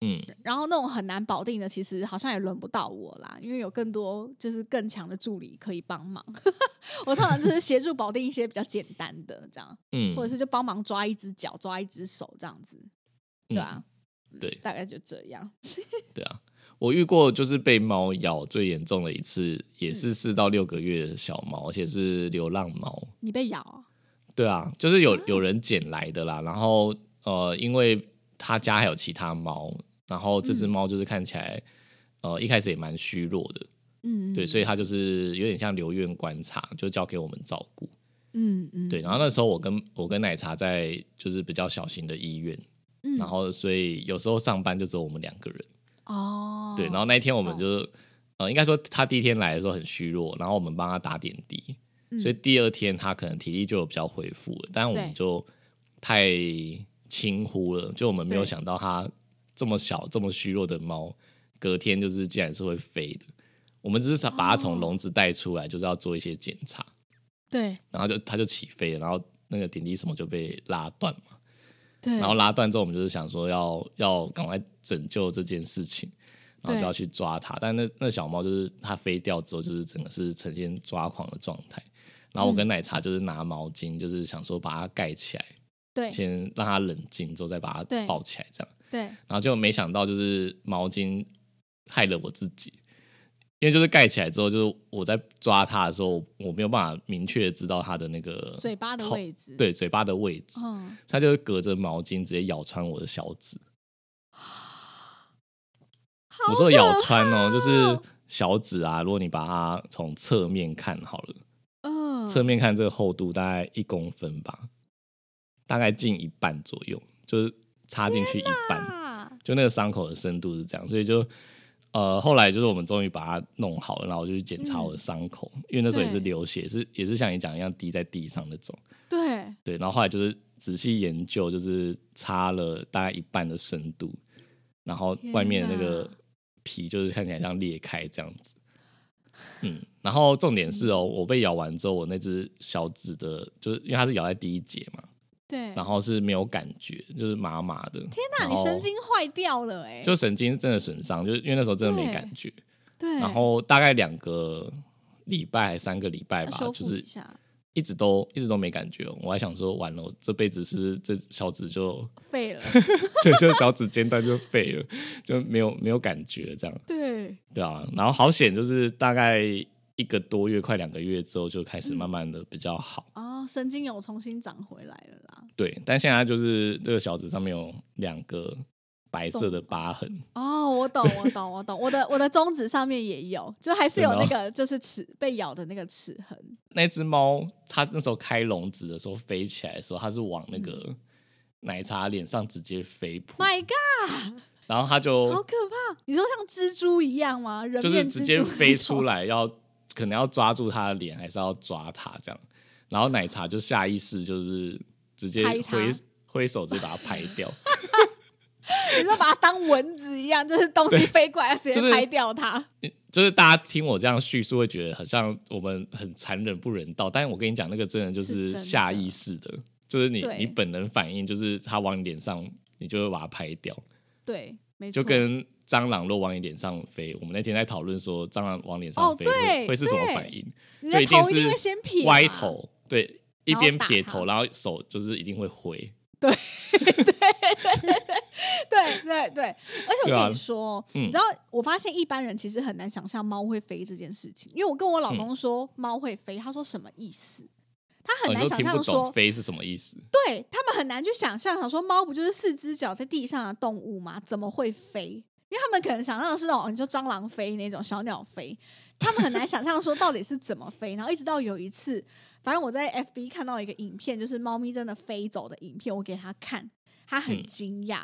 Speaker 2: 嗯，
Speaker 1: 然后那种很难保定的，其实好像也轮不到我啦，因为有更多就是更强的助理可以帮忙。 我通常就是协助保定一些比较简单的这样，
Speaker 2: 嗯，
Speaker 1: 或者是就帮忙抓一只脚、抓一只手这样子，
Speaker 2: 嗯
Speaker 1: 对啊，
Speaker 2: 对
Speaker 1: 大概就这样。
Speaker 2: 对啊，我遇过就是被猫咬最严重的一次，也
Speaker 1: 嗯
Speaker 2: 是四到六个月的小猫，而且是流浪猫。
Speaker 1: 你被咬啊、
Speaker 2: 对啊，就是有有人捡来的啦，然后呃，因为他家还有其他猫，然后这只
Speaker 1: 嗯
Speaker 2: 猫就是看起来、呃一开始也蛮虚弱的，
Speaker 1: 嗯，
Speaker 2: 对，所以
Speaker 1: 以
Speaker 2: 它就是有点像留院观察，就交给我们照顾。
Speaker 1: 嗯嗯，
Speaker 2: 对，然后那时候我跟我跟奶茶在就是比较小型的医院，
Speaker 1: 嗯
Speaker 2: 然后所以有时候上班就只有我们两个人。
Speaker 1: 哦，
Speaker 2: 对，然后那一天我们就、呃，应该说他第一天来的时候很虚弱，然后我们帮他打点滴，所以第二天他可能体力就有比较恢复了，但我
Speaker 1: 嗯对
Speaker 2: 们就太轻忽了，就我们没有
Speaker 1: 对
Speaker 2: 想到他这么小、这么虚弱的猫，隔天就是竟然是会飞的。我们只是把它从
Speaker 1: 哦
Speaker 2: 笼子带出来，就是要做一些检查，
Speaker 1: 对
Speaker 2: 然后就它就起飞了，然后那个点滴什么就被拉断嘛，
Speaker 1: 对，
Speaker 2: 然后拉断之后，我们就是想说要要赶快拯救这件事情，然后
Speaker 1: 对
Speaker 2: 就要去抓它。但那那小猫就是它飞掉之后，就是整个是呈现抓狂的状态。然后我跟奶茶就是拿毛巾，就是想说把它盖起来，
Speaker 1: 对
Speaker 2: 先让它冷静之后再把
Speaker 1: 对
Speaker 2: 它抱起来这样。
Speaker 1: 对，
Speaker 2: 然后就没想到就是毛巾害了我自己，因为就是盖起来之后，就是我在抓它的时候，我没有办法明确地知道它的那个
Speaker 1: 嘴巴的
Speaker 2: 头
Speaker 1: 位置，，
Speaker 2: 对嘴巴的位置。
Speaker 1: 嗯，
Speaker 2: 它就隔着毛巾直接咬穿我的小指。我说的咬穿哦，就是小指啊。如果你把它从侧面看好了，
Speaker 1: 嗯，
Speaker 2: 侧面看这个厚度大概一公分吧，大概近一半左右，就是插进去一半，
Speaker 1: 啊，
Speaker 2: 就那个伤口的深度是这样，所以就。呃，后来就是我们终于把它弄好了，然后我就去检查我的伤口，因为那时候也是
Speaker 1: 嗯对
Speaker 2: 流血，是也是像你讲一样滴在地上那种。
Speaker 1: 对，
Speaker 2: 对，然后后来就是仔细研究，就是擦了大概一半的深度，然后外面的那个
Speaker 1: 天哪
Speaker 2: 皮就是看起来像裂开这样子。嗯，然后重点是哦，我被咬完之后，我那只小指的，就是因为它是咬在第一节嘛，
Speaker 1: 对，
Speaker 2: 然后是没有感觉，就是麻麻的。天
Speaker 1: 那你神经坏掉了哎、
Speaker 2: 就神经真的损伤，就是因为那时候真的没感觉。
Speaker 1: 对，
Speaker 2: 然后大概两个礼拜、三个礼拜
Speaker 1: 要
Speaker 2: 吧
Speaker 1: 啊修，
Speaker 2: 就
Speaker 1: 复
Speaker 2: 是
Speaker 1: 一下，
Speaker 2: 一直都一直都没感觉。哦我还想说，完了，我这辈子是不是这小指就
Speaker 1: 废 了，
Speaker 2: 对，就小指尖端就废了，就没有没有感觉这样，
Speaker 1: 对，
Speaker 2: 对啊。然后好险，就是大概一个多月、快两个月之后，就开始慢慢的比较好。
Speaker 1: 哦，神经有重新长回来了啦，
Speaker 2: 对，但现在就是这个小指上面有两个白色的疤痕，
Speaker 1: 哦，我懂，我懂，我懂，我的我的中指上面也有，就还是有那
Speaker 2: 哦
Speaker 1: 个就是齿被咬的那个齿痕，
Speaker 2: 那只猫它那时候开笼子的时候飞起来的时候，它是往那个奶茶脸上直接飞扑，
Speaker 1: ，My God，
Speaker 2: 然后它
Speaker 1: 好
Speaker 2: 就
Speaker 1: 可怕！你说像蜘蛛一样吗？人
Speaker 2: 就是
Speaker 1: 面
Speaker 2: 直
Speaker 1: 蜘
Speaker 2: 接
Speaker 1: 蛛
Speaker 2: 飞出
Speaker 1: 来，
Speaker 2: 来，要可能要抓住它的脸，还是要抓它这样。然后奶茶就下意识就是直接
Speaker 1: 拍它
Speaker 2: 挥挥手就把它拍掉，
Speaker 1: 你说把它当蚊子一样，就是东西飞过来直接
Speaker 2: 就是
Speaker 1: 拍掉它。
Speaker 2: 就是大家听我这样叙述会觉得很像我们很残忍不人道，但是我跟你讲，那个真的就是是
Speaker 1: 真的
Speaker 2: 下意识的，就是你
Speaker 1: 对
Speaker 2: 你本能反应，就是它往你脸上，你就会把它拍掉。
Speaker 1: 对，没错，
Speaker 2: 就跟蟑螂若往你脸上飞，我们那天在讨论说蟑螂往脸上
Speaker 1: 哦
Speaker 2: 飞、
Speaker 1: 对
Speaker 2: 会会是什么
Speaker 1: 对
Speaker 2: 反应，
Speaker 1: 你
Speaker 2: 就
Speaker 1: 的
Speaker 2: 一定
Speaker 1: 头定会
Speaker 2: 是
Speaker 1: 先撇嘛
Speaker 2: 歪，头，对，一
Speaker 1: 然后
Speaker 2: 边
Speaker 1: 打
Speaker 2: 撇
Speaker 1: 它
Speaker 2: 头，然后手就是一定会挥，
Speaker 1: 对对对。而且
Speaker 2: 对
Speaker 1: 我
Speaker 2: 啊
Speaker 1: 跟你说，哦
Speaker 2: 嗯
Speaker 1: 你知道，我发现一般人其实很难想象猫会飞这件事情，因为我跟我老
Speaker 2: 嗯
Speaker 1: 公说猫会飞，他说什么意思？他很
Speaker 2: 哦你
Speaker 1: 难
Speaker 2: 都
Speaker 1: 想
Speaker 2: 听不
Speaker 1: 象说
Speaker 2: 懂，飞是什么意思。
Speaker 1: 对他们很难去想象，想说猫不就是四只脚在地上的动物吗？怎么会飞？因为他们可能想象的是那种，你说蟑螂飞那种小鸟飞，他们很难想象说到底是怎么飞。然后一直到有一次，反正我在 FB 看到一个影片，就是猫咪真的飞走的影片，我给他看，他很
Speaker 2: 嗯
Speaker 1: 惊讶。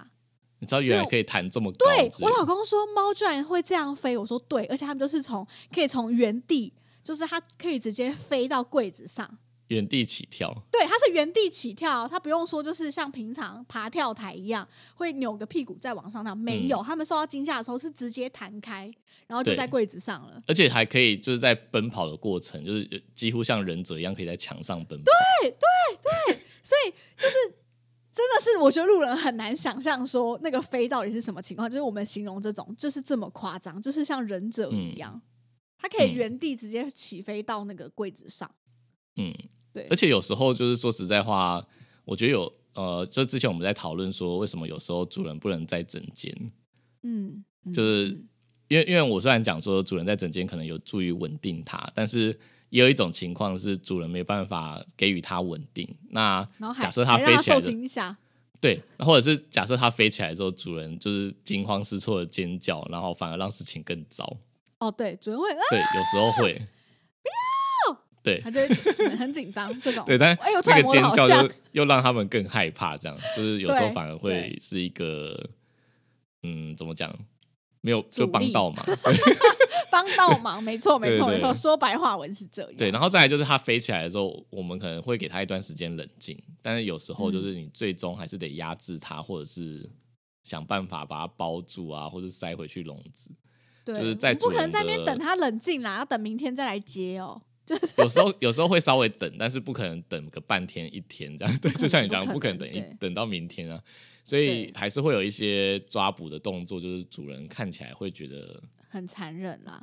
Speaker 2: 你知道原来可以弹这么高之
Speaker 1: 对
Speaker 2: 类的，
Speaker 1: 我老公说，猫居然会这样飞，我说对，而且他们就是从可以从原地，就是它可以直接飞到柜子上，
Speaker 2: 原地起跳，
Speaker 1: 对，它是原地起跳，它不用说就是像平常爬跳台一样会扭个屁股再往上那样，没有，他们受到惊吓的时候是直接弹开，然后就
Speaker 2: 嗯对
Speaker 1: 在柜子上了。
Speaker 2: 而且还可以就是在奔跑的过程，就是几乎像忍者一样可以在墙上奔跑。
Speaker 1: 所以就是真的是，我觉得路人很难想象说那个飞到底是什么情况，就是我们形容这种就是这么夸张，就是像忍者一样，它可以
Speaker 2: 嗯
Speaker 1: 原地直接起飞到那个柜子上。
Speaker 2: 嗯，
Speaker 1: 对
Speaker 2: 而且有时候就是说实在话，我觉得有呃，就之前我们在讨论说，为什么有时候主人不能在整间，
Speaker 1: 嗯，嗯
Speaker 2: 就是因为因为我虽然讲说主人在整间可能有助于稳定它，但是也有一种情况是主人没办法给予它稳定。那
Speaker 1: 然后还
Speaker 2: 假设它
Speaker 1: 还让
Speaker 2: 飞
Speaker 1: 它
Speaker 2: 起来
Speaker 1: 受
Speaker 2: 的，
Speaker 1: 惊吓，
Speaker 2: 对，或者是假设它飞起来之后，主人就是惊慌失措的尖叫，然后反而让事情更糟。
Speaker 1: 哦，对，主人会啊，
Speaker 2: 对，有时候 会。对
Speaker 1: 他就会嗯很紧 张这种。
Speaker 2: 对，但
Speaker 1: 哎呦，
Speaker 2: 那
Speaker 1: 揣
Speaker 2: 个
Speaker 1: 摩的
Speaker 2: 尖
Speaker 1: 好
Speaker 2: 叫
Speaker 1: 像
Speaker 2: 就又让他们更害怕，这样就是有时候
Speaker 1: 对
Speaker 2: 反而会是一个嗯，怎么讲？没有
Speaker 1: 阻
Speaker 2: 就
Speaker 1: 力
Speaker 2: 帮到 忙，
Speaker 1: 帮倒 忙，没错，没错，
Speaker 2: 对
Speaker 1: 没
Speaker 2: 对
Speaker 1: 错。说白话文是这样。
Speaker 2: 对，然后再来就是它飞起来的时候，我们可能会给它一段时间冷静，但是有时
Speaker 1: 嗯
Speaker 2: 候就是你最终还是得压制它，或者是想办法把它包住啊，或者塞回去笼子。
Speaker 1: 对，
Speaker 2: 就是在
Speaker 1: 你不可能
Speaker 2: 主人
Speaker 1: 在那边
Speaker 2: 的
Speaker 1: 等他冷静啦，要等明天再来接哦。
Speaker 2: 有时候有时候会稍微等，但是不可能等个半天一天这样。对，
Speaker 1: 可能
Speaker 2: 就 像你讲，
Speaker 1: 不
Speaker 2: 不
Speaker 1: 可
Speaker 2: 可
Speaker 1: 能
Speaker 2: 能等一
Speaker 1: 对
Speaker 2: 等到明天啊。所以
Speaker 1: 对
Speaker 2: 还是会有一些抓捕的动作，就是主人看起来会觉得
Speaker 1: 很残忍啦。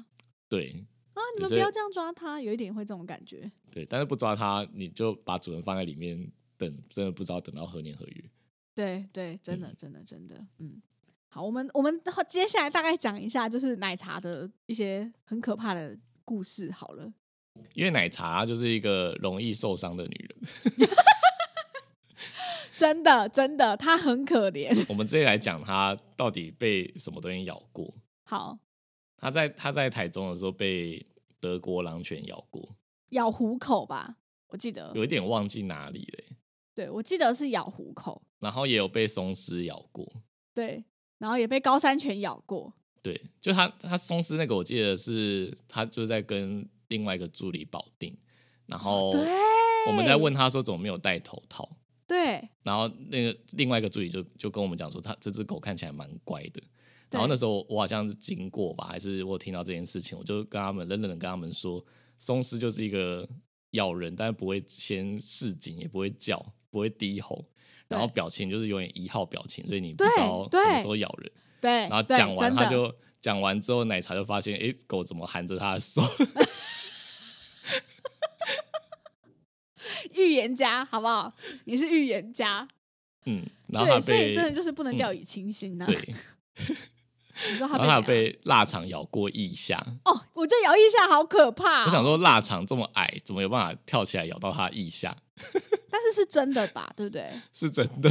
Speaker 2: 对
Speaker 1: 啊，你们不
Speaker 2: 所以
Speaker 1: 要这样抓他，有一点会这种感觉。
Speaker 2: 对，但是不抓它，你就把主人放在里面等，真的不知道等到何年何月。
Speaker 1: 对对，真的，真的，真的，嗯。好，我们我们接下来大概讲一下，就是奶茶的一些很可怕的故事。好了，
Speaker 2: 因为奶茶就是一个容易受伤的女人。
Speaker 1: 真的真的，他很可怜。
Speaker 2: 我们直接来讲她到底被什么东西咬过。
Speaker 1: 好，
Speaker 2: 她在她在台中的时候被德国狼犬咬过，
Speaker 1: 咬虎口吧，我记得，
Speaker 2: 有一点忘记哪里嘞。
Speaker 1: 对我记得是咬虎口，
Speaker 2: 然后也有被松狮咬过，
Speaker 1: 对，然后也被高山犬咬过，
Speaker 2: 对，就他他松狮那个，我记得是他就在跟另外一个助理保定，然后
Speaker 1: 哦对，
Speaker 2: 我们在问他说怎么没有戴头套，
Speaker 1: 对，
Speaker 2: 然后那个另外一个助理就就跟我们讲说，他这只狗看起来蛮乖的。
Speaker 1: 对
Speaker 2: 然后那时候我好像是经过吧，还是我听到这件事情，我就跟他们冷冷的跟他们说，松狮就是一个咬人，但是不会先示警，也不会叫，不会低吼，然后
Speaker 1: 对
Speaker 2: 表情就是永远一号表情，所以你不
Speaker 1: 对
Speaker 2: 知道什么
Speaker 1: 对
Speaker 2: 时候咬人。
Speaker 1: 对，
Speaker 2: 然后
Speaker 1: 对
Speaker 2: 讲完
Speaker 1: 真的
Speaker 2: 他就讲完之后，奶茶就发现，诶，狗怎么含着他的手？
Speaker 1: 预言家，好不好？你是预言家，
Speaker 2: 嗯，然后
Speaker 1: 对，
Speaker 2: 他
Speaker 1: 所以
Speaker 2: 被
Speaker 1: 真的就是不能
Speaker 2: 嗯
Speaker 1: 掉以轻心呐、
Speaker 2: 对，
Speaker 1: 你知道 他被
Speaker 2: 然后他有
Speaker 1: 怎样
Speaker 2: 被腊肠咬过腋下。
Speaker 1: 哦，我觉得摇一下好可怕、
Speaker 2: 我想，说，腊肠这么矮，怎么有办法跳起来咬到他腋下？
Speaker 1: 但是是真的吧？对不对？
Speaker 2: 是真的。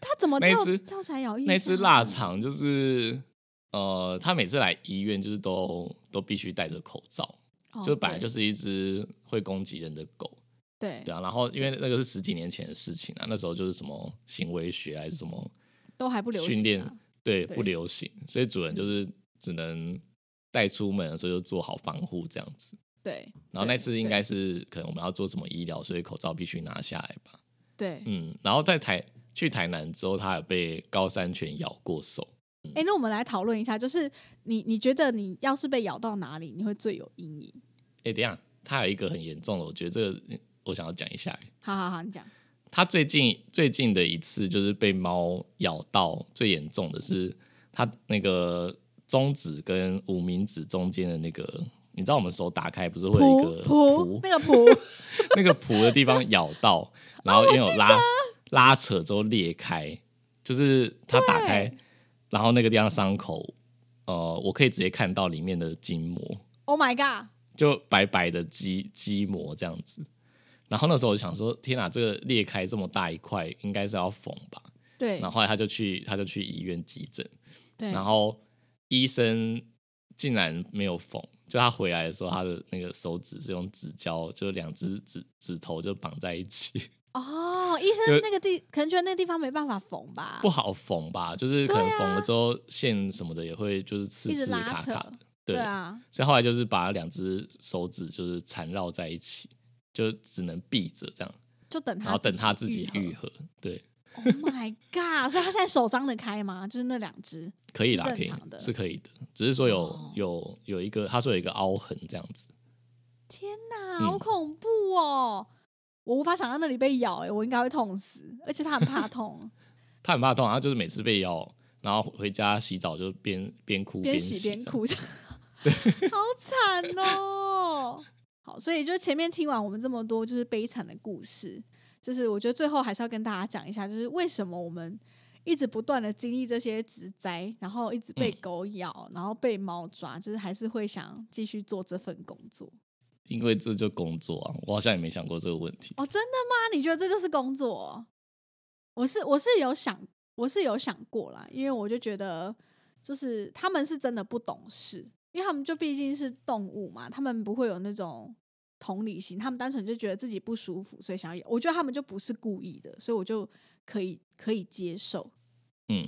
Speaker 1: 他怎么
Speaker 2: 那一
Speaker 1: 跳
Speaker 2: 只
Speaker 1: 跳起来摇一下？
Speaker 2: 那只腊肠就是，呃，他每次来医院就是都都必须戴着口罩，
Speaker 1: 哦
Speaker 2: 就本来就是是一只会攻击人的狗，
Speaker 1: 对
Speaker 2: 对啊。然后因为那个是十几年前的事情啊，那时候就是什么行为学还是什么，
Speaker 1: 都还不流行、啊、
Speaker 2: 训练对，
Speaker 1: 对嗯
Speaker 2: 不流行，所以主人就是只能带出门的时候就做好防护这样子。
Speaker 1: 对，
Speaker 2: 然后那
Speaker 1: 对
Speaker 2: 次应该是可能我们要做什么医疗，所以口罩必须拿下来吧。
Speaker 1: 对。哎、
Speaker 2: 嗯，然后在台去台南之后，它有被高山犬咬过手。
Speaker 1: 那我们来讨论一下，就是你你觉得你要是被咬到哪里，你会最有阴影？
Speaker 2: 哎、等一下，它有一个很严重的，我觉得这个我想要讲一下。
Speaker 1: 好好好，你讲。
Speaker 2: 它最近最近的一次就是被猫咬到，最严重的是它那个中指跟无名指中间的那个，你知道我们手打开不是会有一
Speaker 1: 噗
Speaker 2: 个
Speaker 1: 噗
Speaker 2: 蹼，
Speaker 1: 那个噗，
Speaker 2: 那个蹼的地方咬 到，然后因为有拉、拉扯之后裂开，就是它打开，然后那个地方伤口，呃，我可以直接看到里面的筋膜，
Speaker 1: Oh my god！
Speaker 2: 就白白的肌肌膜这样子。然后那时候我就想说，天哪，这个裂开这么大一块，应该是要缝吧？
Speaker 1: 对
Speaker 2: 然后后来他就去他就去医院急诊，
Speaker 1: 对，
Speaker 2: 然后医生竟然没有缝，就他回来的时候，他的那个手指是用指胶，就两只指指头就绑在一起，
Speaker 1: 哦，医
Speaker 2: 就
Speaker 1: 生那个地可能觉得那个地方没办法缝吧，
Speaker 2: 不好缝吧？就是可能
Speaker 1: 对啊
Speaker 2: 缝了之后线什么的也会就是刺
Speaker 1: 一直
Speaker 2: 刺
Speaker 1: 拉
Speaker 2: 卡
Speaker 1: 扯
Speaker 2: 卡的，
Speaker 1: 对啊，
Speaker 2: 所以后来就是把两只手指就是缠绕在一起，就只能闭着这样，
Speaker 1: 就等他
Speaker 2: 然后等他自己愈
Speaker 1: 愈合。
Speaker 2: 合。对，
Speaker 1: Oh my god！所以他现在手张得开吗？就是那两只
Speaker 2: 可以啦，
Speaker 1: 是
Speaker 2: 可
Speaker 1: 正
Speaker 2: 以
Speaker 1: 常的
Speaker 2: 是可以的，只是说有、
Speaker 1: 哦
Speaker 2: 有有一个他说有一个凹痕这样子，
Speaker 1: 啊，
Speaker 2: 嗯
Speaker 1: 好恐怖哦！我无法想到那里被咬、欸，我应该会痛死，而且他很怕痛，
Speaker 2: 他很怕痛，啊他就是每次被咬，然后回家洗澡就边边哭
Speaker 1: 边
Speaker 2: 洗
Speaker 1: 洗
Speaker 2: 这
Speaker 1: 边
Speaker 2: 样。
Speaker 1: 哭，好惨哦！好，所以就前面听完我们这么多就是悲惨的故事，就是我觉得最后还是要跟大家讲一下，就是为什么我们一直不断的经历这些职灾，然后一直被
Speaker 2: 嗯
Speaker 1: 狗咬，然后被猫抓，就是还是会想继续做这份工作。
Speaker 2: 因为这就工作啊，我好像也没想过这个问题。
Speaker 1: 哦，真的吗？你觉得这就是工作哦？我是我是有想，我是有想过啦，因为我就觉得，就是他们是真的不懂事，因为他们就毕竟是动物嘛，他们不会有那种同理心，他们单纯就觉得自己不舒服，所以想要，我觉得他们就不是故意的，所以我就可以可以接受。
Speaker 2: 嗯，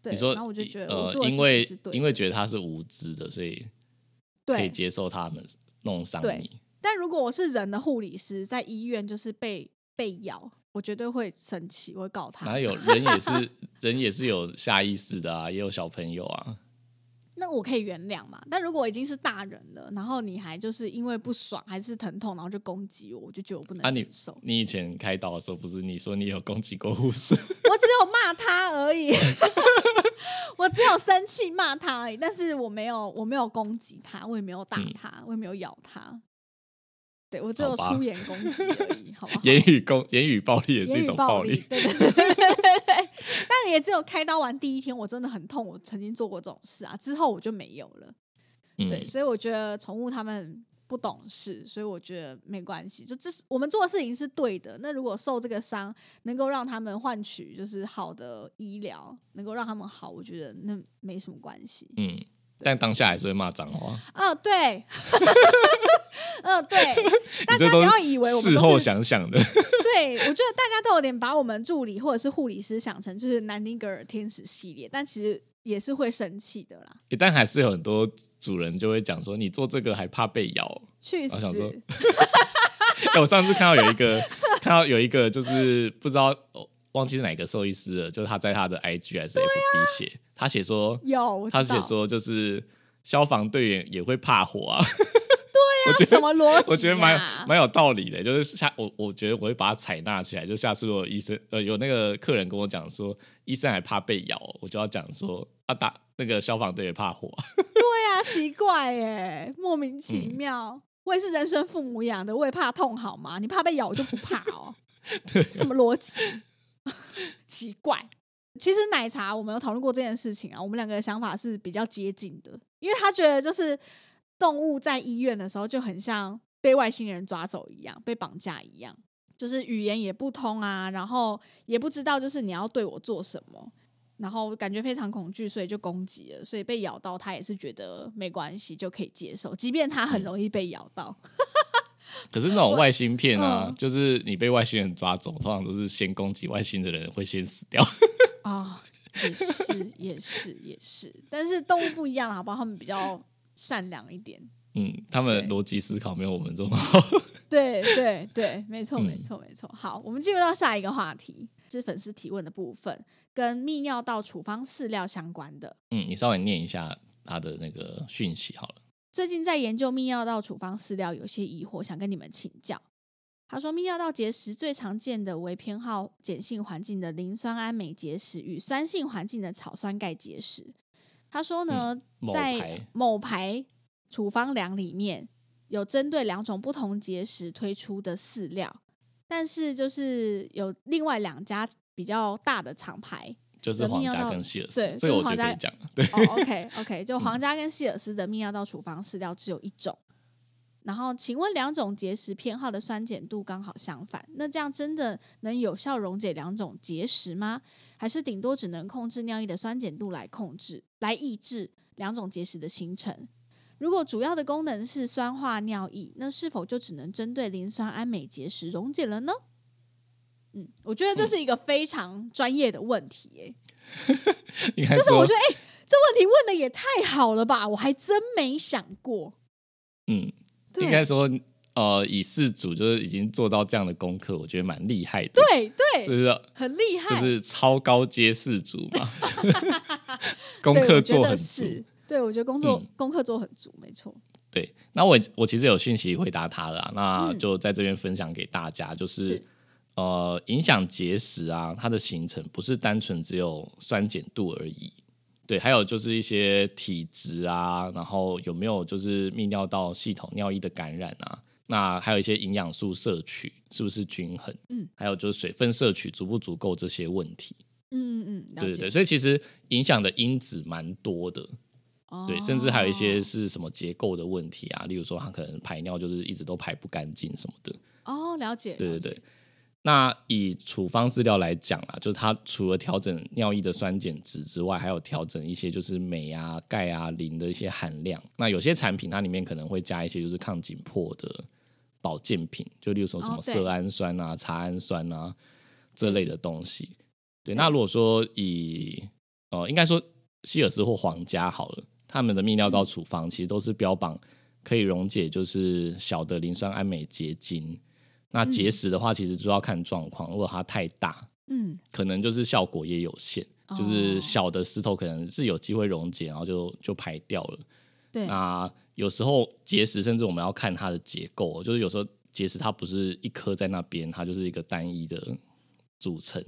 Speaker 1: 对，
Speaker 2: 你说
Speaker 1: 然后我就觉得我
Speaker 2: 呃
Speaker 1: 做，的
Speaker 2: 因
Speaker 1: 事情
Speaker 2: 为
Speaker 1: 是对的，
Speaker 2: 因为觉得他是无知的，所以可以
Speaker 1: 对
Speaker 2: 接受他们弄伤
Speaker 1: 对
Speaker 2: 你。
Speaker 1: 但如果我是人的护理师，在医院就是被被咬，我绝对会生气，我会告他。
Speaker 2: 哪有人也是人也是有下意识的啊，也有小朋友 啊。
Speaker 1: 那我可以原谅嘛？但如果已经是大人了，然后你还就是因为不爽还是疼痛，然后就攻击我，我就觉得我不
Speaker 2: 啊
Speaker 1: 能
Speaker 2: 你
Speaker 1: 忍受。
Speaker 2: 你以前开刀的时候，不是你说你有攻击过护士？
Speaker 1: 我只有骂他而已， 我只有生气骂他而已，但是我没有我没有攻击他，我也没有打
Speaker 2: 嗯
Speaker 1: 他，我也没有咬他。对我只有
Speaker 2: 好吧
Speaker 1: 出言攻击而已，好不好？
Speaker 2: 言语攻言语暴力也是
Speaker 1: 言
Speaker 2: 一
Speaker 1: 语
Speaker 2: 种
Speaker 1: 暴
Speaker 2: 力。
Speaker 1: 对对对对对对。 但也只有开刀完第一天，我真的很痛，我曾经做过这种事啊，之后我就没有了。对，
Speaker 2: 嗯，
Speaker 1: 所以我觉得宠物它们不懂事，所以我觉得没关系，就这是我们做的事情是对的。那如果受这个伤，能够让他们换取就是好的医疗，能够让他们好，我觉得那没什么关系。
Speaker 2: 嗯，但当下还是会骂脏话。
Speaker 1: 哦，对， 嗯， 对，大家
Speaker 2: 你这
Speaker 1: 不
Speaker 2: 都
Speaker 1: 要以为我们
Speaker 2: 事后
Speaker 1: 都是
Speaker 2: 想想 的，
Speaker 1: 对，我觉得大家都有点把我们助理或者是护理师想成就是南丁格尔天使系列，但其实也是会生气的啦。
Speaker 2: 但还是有很多主人就会讲说，你做这个还怕被咬。
Speaker 1: 去
Speaker 2: 我想说
Speaker 1: 死！
Speaker 2: 哎我上次看到有一个 看到有一个就是不知道哦忘记是哪个兽医师了，就是他在他的 IG 还是 FB 写，他写说
Speaker 1: 有，啊我
Speaker 2: 他
Speaker 1: 知
Speaker 2: 写
Speaker 1: 道，
Speaker 2: 说就是消防队员也会怕火啊，
Speaker 1: 那什么逻辑、啊？
Speaker 2: 我觉得蛮蛮有道理的，就是下我我觉得我会把它采纳起来，就下次如果医生呃有那个客人跟我讲说医生还怕被咬，哦我就要讲说啊打那个消防队也怕火，
Speaker 1: 对啊，奇怪耶、莫名其妙。我也是人生父母养的，我也怕痛，好吗？你怕被咬，我就不怕哦。什么逻辑？ 奇怪。其实奶茶我们有讨论过这件事情啊，我们两个的想法是比较接近的，因为他觉得就是动物在医院的时候就很像被外星人抓走一样，被绑架一样，就是语言也不通啊，然后也不知道就是你要对我做什么，然后感觉非常恐惧，所以就攻击了，所以被咬到他也是觉得没关系，就可以接受，即便他很容易被咬到。
Speaker 2: 可是那种外星片啊，
Speaker 1: 嗯
Speaker 2: 就是你被外星人抓走，通常都是先攻击外星的人会先死掉。
Speaker 1: 啊、也是也是也是，但是动物不一样啦，好不好？他们比较善良一点。
Speaker 2: 嗯，他们
Speaker 1: 对
Speaker 2: 逻辑思考没有我们这么好。
Speaker 1: 对对对，没错
Speaker 2: 嗯
Speaker 1: 没错没错。好，我们进入到下一个话题，是粉丝提问的部分，跟泌尿道处方饲料相关的。
Speaker 2: 嗯，你稍微念一下他的那个讯息好了。
Speaker 1: 最近在研究泌尿道处方饲料，有些疑惑，想跟你们请教。他说，泌尿道结石最常见的为偏好碱性环境的磷酸氨镁结石与酸性环境的草酸钙结石。他说呢，
Speaker 2: 嗯某
Speaker 1: 在
Speaker 2: 牌
Speaker 1: 某牌处方粮里面有针对两种不同结石推出的饲料，但是就是有另外两家比较大的厂牌
Speaker 2: 就是皇家跟希尔斯
Speaker 1: 对，
Speaker 2: 这个我
Speaker 1: 就是皇
Speaker 2: 觉得
Speaker 1: 家
Speaker 2: 可以讲。 对，
Speaker 1: 哦，OK OK，就皇家跟希尔斯的泌尿道处方饲料只有一种。然后，请问两种结石偏好的酸碱度刚好相反，那这样真的能有效溶解两种结石吗？还是顶多只能控制尿液的酸碱度来控制、来抑制两种结石的形成？如果主要的功能是酸化尿液，那是否就只能针对磷酸氨镁结石溶解了呢？嗯，我觉得这是一个非常专业的问题、耶。
Speaker 2: 应该
Speaker 1: 但是
Speaker 2: 说
Speaker 1: 我觉得，哎、这问题问的也太好了吧！我还真没想过。
Speaker 2: 嗯，
Speaker 1: 对
Speaker 2: 应该说呃，以四组就是已经做到这样的功课，我觉得蛮厉害的。
Speaker 1: 对对，
Speaker 2: 就是
Speaker 1: 很厉害，
Speaker 2: 就是超高阶四组 嘛，功
Speaker 1: 对
Speaker 2: 课
Speaker 1: 我觉
Speaker 2: 做
Speaker 1: 得
Speaker 2: 很足。嗯
Speaker 1: 是。对，我觉得工作、功课做很足，没错。
Speaker 2: 对，那我我其实有讯息回答他了啊，那
Speaker 1: 嗯
Speaker 2: 就在这边分享给大家，就是
Speaker 1: 是
Speaker 2: 呃，影响结石啊，它的形成不是单纯只有酸碱度而已，对，还有就是一些体质啊，然后有没有就是泌尿道系统尿液的感染啊，那还有一些营养素摄取是不是均衡，
Speaker 1: 嗯，
Speaker 2: 还有就是水分摄取足不足够这些问题，
Speaker 1: 嗯嗯嗯，了
Speaker 2: 对对
Speaker 1: 解
Speaker 2: 对，所以其实影响的因子蛮多的，
Speaker 1: 哦
Speaker 2: 对，甚至还有一些是什么结构的问题啊，例如说他可能排尿就是一直都排不干净什么的。
Speaker 1: 哦，了解。
Speaker 2: 对对
Speaker 1: 了解，
Speaker 2: 对。那以处方饲料来讲啊，就是它除了调整尿液的酸碱值之外，还有调整一些就是镁啊、钙啊、磷的一些含量。那有些产品它里面可能会加一些就是抗紧迫的保健品，就例如说什
Speaker 1: 哦
Speaker 2: 么
Speaker 1: 对
Speaker 2: 色氨酸啊、茶氨酸啊这类的东西。对，
Speaker 1: 对
Speaker 2: 那如果说以呃，应该说希尔斯或皇家好了，他们的泌尿
Speaker 1: 嗯
Speaker 2: 道处方其实都是标榜可以溶解就是小的磷酸氨镁结晶。那结石的话，其实就要看状况，如果它太大，
Speaker 1: 嗯，
Speaker 2: 可能就是效果也有限，就
Speaker 1: 哦
Speaker 2: 是小的石头可能是有机会溶解，然后就就排掉了。
Speaker 1: 对，
Speaker 2: 那有时候结石，甚至我们要看它的结构，哦就是有时候结石它不是一颗在那边，它就是一个单一的组成。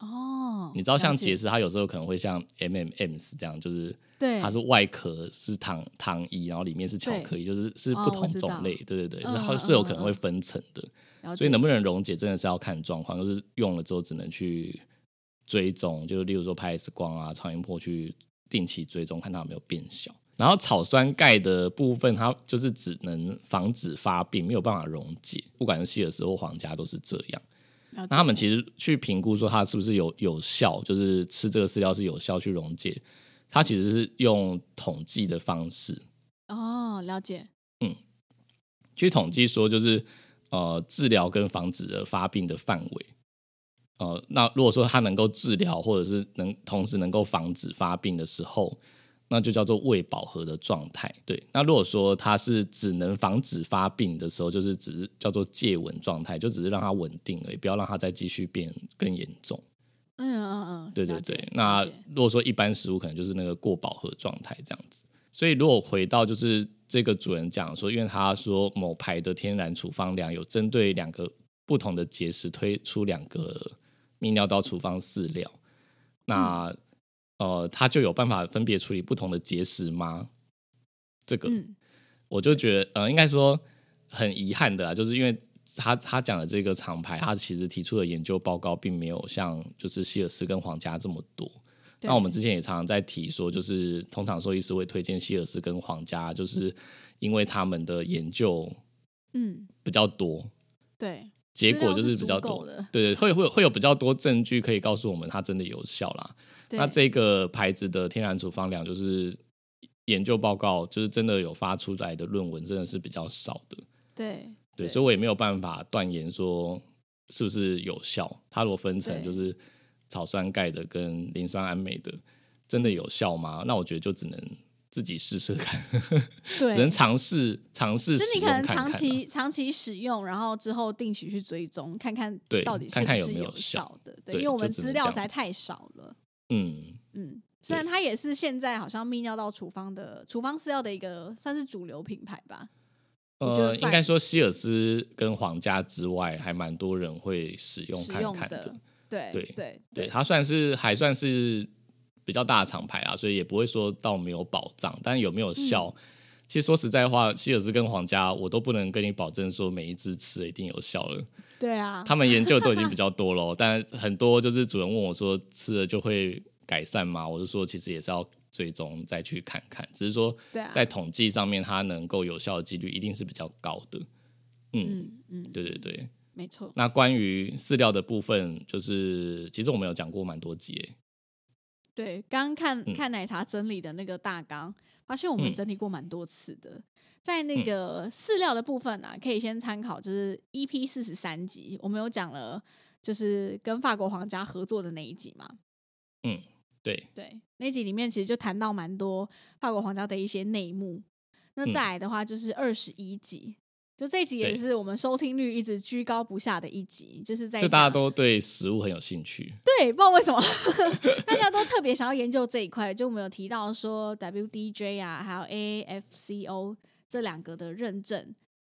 Speaker 1: 哦，
Speaker 2: 你知道，像
Speaker 1: 了解
Speaker 2: 结石，它有时候可能会像 MMMs 这样，就是
Speaker 1: 对，
Speaker 2: 它是外壳是糖糖衣，然后里面是巧克力，就是是
Speaker 1: 哦
Speaker 2: 不
Speaker 1: 我
Speaker 2: 同
Speaker 1: 知道
Speaker 2: 种类，对对对，
Speaker 1: 嗯
Speaker 2: 它
Speaker 1: 嗯
Speaker 2: 是有
Speaker 1: 嗯
Speaker 2: 可能
Speaker 1: 嗯
Speaker 2: 会分层的。
Speaker 1: 了解
Speaker 2: 所以能不能溶解，真的是要看状况，就是用了之后只能去追踪，就是例如说拍 X 光啊、超音波去定期追踪，看它有没有变小。然后草酸钙的部分，它就是只能防止发病，没有办法溶解，不管是希尔斯或皇家都是这样。
Speaker 1: 了解
Speaker 2: 那他们其实去评估说它是不是有有效，就是吃这个饲料是有效去溶解，它其实是用统计的方式，
Speaker 1: 哦，了解
Speaker 2: 去统计说，就是呃治疗跟防止的发病的范围。呃，那如果说它能够治疗，或者是能同时能够防止发病的时候，那就叫做未饱和的状态。对，那如果说它是只能防止发病的时候，就是只是叫做戒稳状态，就只是让它稳定而已，不要让它再继续变更严重。
Speaker 1: 嗯嗯嗯，
Speaker 2: 对对
Speaker 1: 了解
Speaker 2: 对，那
Speaker 1: 了解
Speaker 2: 如果说一般食物可能就是那个过饱和状态这样子，所以如果回到就是这个主人讲说，因为他说某牌的天然处方粮有针对两个不同的节食推出两个泌尿道处方饲料，
Speaker 1: 嗯
Speaker 2: 那、呃，他就有办法分别处理不同的节食吗？这个、
Speaker 1: 嗯
Speaker 2: 我就觉得，呃，应该说很遗憾的啦，就是因为他他讲的这个厂牌，他其实提出的研究报告并没有像就是希尔斯跟皇家这么多。
Speaker 1: 对
Speaker 2: 那我们之前也常常在提说，就是通常兽医师会推荐希尔斯跟皇家，就是因为他们的研究
Speaker 1: 嗯
Speaker 2: 比较多，
Speaker 1: 对，
Speaker 2: 结果
Speaker 1: 料
Speaker 2: 就是是比较
Speaker 1: 足够
Speaker 2: 多
Speaker 1: 的，
Speaker 2: 对对，会会有会有比较多证据可以告诉我们它真的有效啦。
Speaker 1: 对
Speaker 2: 那这个牌子的天然处方粮就是研究报告，就是真的有发出来的论文，真的是比较少的。
Speaker 1: 对
Speaker 2: 对，所以我也没有办法断言说是不是有效。它如果分成
Speaker 1: 对
Speaker 2: 就是草酸钙的跟磷酸氨镁的，真的有效吗？那我觉得就只能自己试试看，
Speaker 1: 对，
Speaker 2: 只能尝试尝试
Speaker 1: 就
Speaker 2: 使
Speaker 1: 你
Speaker 2: 用
Speaker 1: 可能
Speaker 2: 看看啊、
Speaker 1: 长期长期使用，然后之后定期去追踪，看看
Speaker 2: 对
Speaker 1: 到底是
Speaker 2: 看
Speaker 1: 不
Speaker 2: 看有
Speaker 1: 是
Speaker 2: 没有效
Speaker 1: 效的。对，因
Speaker 2: 对
Speaker 1: 为我
Speaker 2: 就
Speaker 1: 们
Speaker 2: 只
Speaker 1: 资
Speaker 2: 能
Speaker 1: 料
Speaker 2: 这
Speaker 1: 实在
Speaker 2: 样子
Speaker 1: 太少了。
Speaker 2: 嗯，
Speaker 1: 嗯，虽然它也是现在好像泌尿道处方的处方饲料的一个算是主流品牌吧。我觉得
Speaker 2: 呃，
Speaker 1: 算
Speaker 2: 应该说希尔斯跟皇家之外，还蛮多人会使用
Speaker 1: 使
Speaker 2: 看
Speaker 1: 用
Speaker 2: 看
Speaker 1: 的。对
Speaker 2: 对
Speaker 1: 对
Speaker 2: 对，它算是还算是比较大的厂牌啊，所以也不会说到没有保障，但有没有效？其实说实在话，希尔斯跟皇家，我都不能跟你保证说每一只吃了一定有效了。
Speaker 1: 对啊，
Speaker 2: 他们研究都已经比较多咯，但很多就是主人问我说吃了就会改善吗？我就说其实也是要追踪再去看看，只是说
Speaker 1: 对啊
Speaker 2: 在统计上面它能够有效的几率一定是比较高的。嗯，
Speaker 1: 嗯嗯，
Speaker 2: 对对对。
Speaker 1: 没错。
Speaker 2: 那关于饲料的部分，就是其实我们有讲过蛮多集诶、
Speaker 1: 对，刚刚看、
Speaker 2: 嗯
Speaker 1: 看奶茶整理的那个大纲，发现我们
Speaker 2: 嗯
Speaker 1: 整理过蛮多次的。在那个饲料的部分啊，可以先参考，就是 EP 四十三集，我们有讲了，就是跟法国皇家合作的那一集嘛。
Speaker 2: 对，
Speaker 1: 对，那集里面其实就谈到蛮多法国皇家的一些内幕。那
Speaker 2: 嗯
Speaker 1: 再来的话就是二十一集，就这集也
Speaker 2: 对
Speaker 1: 是我们收听率一直居高不下的一集，就是在
Speaker 2: 就大家
Speaker 1: 讲
Speaker 2: 都对食物很有兴趣。
Speaker 1: 对，不知道为什么 大家都特别想要研究这一块。就我们有提到说 WDJ 啊，还有 AFCO 这两个的认证，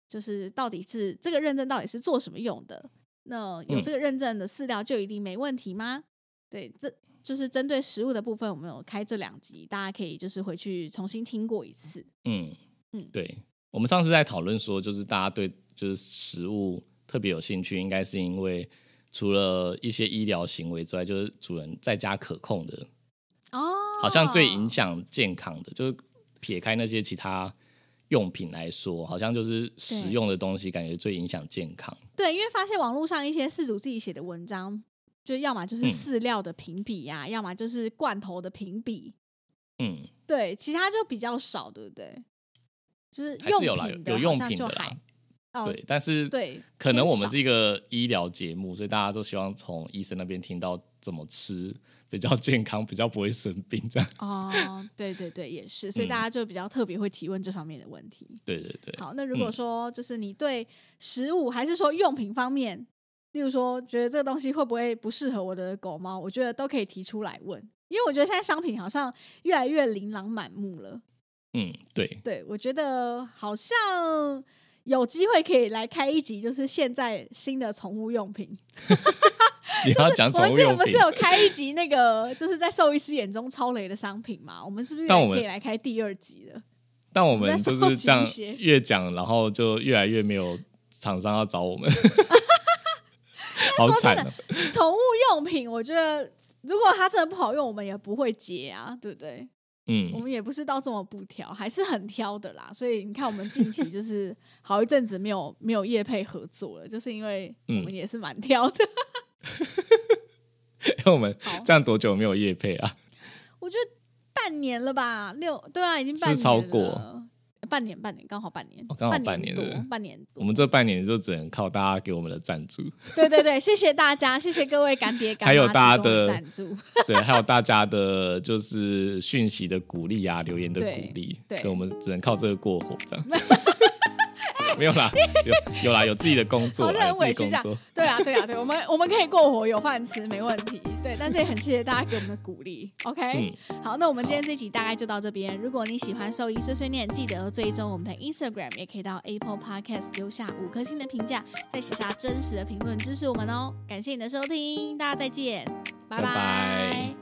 Speaker 1: 就是到底是这个认证到底是做什么用的？那有
Speaker 2: 嗯
Speaker 1: 这个认证的饲料就一定没问题吗？对，这就是针对食物的部分，我们有开这两集，大家可以就是回去重新听过一次。
Speaker 2: 嗯
Speaker 1: 嗯
Speaker 2: 对。我们上次在讨论说，就是大家对就是食物特别有兴趣，应该是因为除了一些医疗行为之外，就是主人在家可控的，
Speaker 1: 哦，
Speaker 2: 好像最影响健康的，就是撇开那些其他用品来说，好像就是食用的东西，感觉最影响健康。
Speaker 1: 对，因为发现网络上一些饲主自己写的文章，就要么就是
Speaker 2: 嗯
Speaker 1: 饲料的评比呀、要么就是罐头的评比，
Speaker 2: 嗯，
Speaker 1: 对，其他就比较少，对不对？就是
Speaker 2: 还
Speaker 1: 用
Speaker 2: 是有啦，有
Speaker 1: 品的
Speaker 2: 有
Speaker 1: 好
Speaker 2: 用
Speaker 1: 像
Speaker 2: 品
Speaker 1: 就
Speaker 2: 的啦
Speaker 1: 还。哦，
Speaker 2: 对，但是
Speaker 1: 对
Speaker 2: 可能
Speaker 1: 偏
Speaker 2: 我们
Speaker 1: 少
Speaker 2: 是一个医疗节目，所以大家都希望从医生那边听到怎么吃比较健康，比较不会生病这样。
Speaker 1: 哦，对对对，也是，所以
Speaker 2: 嗯
Speaker 1: 大家就比较特别会提问这方面的问题。
Speaker 2: 对对对，
Speaker 1: 好，那如果
Speaker 2: 嗯
Speaker 1: 说就是你对食物还是说用品方面，例如说觉得这个东西会不会不适合我的狗猫，我觉得都可以提出来问，因为我觉得现在商品好像越来越琳琅满目了。
Speaker 2: 嗯，对，
Speaker 1: 对，我觉得好像有机会可以来开一集，就是现在新的宠物用品。
Speaker 2: 你要讲
Speaker 1: 我
Speaker 2: 宠
Speaker 1: 们
Speaker 2: 物
Speaker 1: 之前
Speaker 2: 用
Speaker 1: 不是
Speaker 2: 品，
Speaker 1: 有开一集那个，就是在兽医师眼中超雷的商品嘛？我们是不是
Speaker 2: 但
Speaker 1: 也
Speaker 2: 我们
Speaker 1: 可以来开第二集了？
Speaker 2: 但我
Speaker 1: 们
Speaker 2: 们
Speaker 1: 在
Speaker 2: 就
Speaker 1: 收
Speaker 2: 是
Speaker 1: 集
Speaker 2: 这样
Speaker 1: 一些
Speaker 2: 越讲，然后就越来越没有厂商要找 我们，好
Speaker 1: 说真
Speaker 2: 惨
Speaker 1: 的
Speaker 2: 啊！
Speaker 1: 宠物用品，我觉得如果它真的不好用，我们也不会接啊，对不对？我
Speaker 2: 嗯，
Speaker 1: 们也不是到这么不挑，还是很挑的啦。所以你看，我们近期就是好一阵子没有没有业配合作了，就是因为我
Speaker 2: 嗯
Speaker 1: 们也是蛮挑的。
Speaker 2: 因为我们
Speaker 1: 好
Speaker 2: 这样多久没有夜配啊？
Speaker 1: 我觉得半年了吧，六对啊，已经
Speaker 2: 是
Speaker 1: 半
Speaker 2: 不
Speaker 1: 年
Speaker 2: 是
Speaker 1: 了
Speaker 2: 超过
Speaker 1: 呃半年，半年，刚好半年
Speaker 2: 哦，刚好
Speaker 1: 半
Speaker 2: 半
Speaker 1: 年
Speaker 2: 年
Speaker 1: 多
Speaker 2: 对不对，
Speaker 1: 半年
Speaker 2: 我
Speaker 1: 多。
Speaker 2: 们这半年就只能靠大家给我们的赞助，
Speaker 1: 对对对，谢谢大家，谢谢各位干爹干妈
Speaker 2: 还有大
Speaker 1: 提
Speaker 2: 家
Speaker 1: 供
Speaker 2: 的
Speaker 1: 赞助，
Speaker 2: 对，还有大家的就是讯息的鼓励啊，留言的鼓励，
Speaker 1: 对对
Speaker 2: 所以我们只能靠这个过活 这样。没有啦，有有啦，有自己的工作
Speaker 1: 好像很
Speaker 2: 啦，有自
Speaker 1: 委屈这
Speaker 2: 己工
Speaker 1: 样
Speaker 2: 作，。
Speaker 1: 对啊对啊对，我们我们可以过活，有饭吃，没问题。对，但是也很谢谢大家给我们的鼓励。OK，、好，
Speaker 2: 嗯
Speaker 1: 那我们今天这集大概就到这边。如果你喜欢兽医碎碎念，记得追踪我们的 Instagram，也可以到 Apple Podcast 留下五颗星的评价，再写下真实的评论支持我们哦。感谢你的收听，大家再见，拜
Speaker 2: 拜拜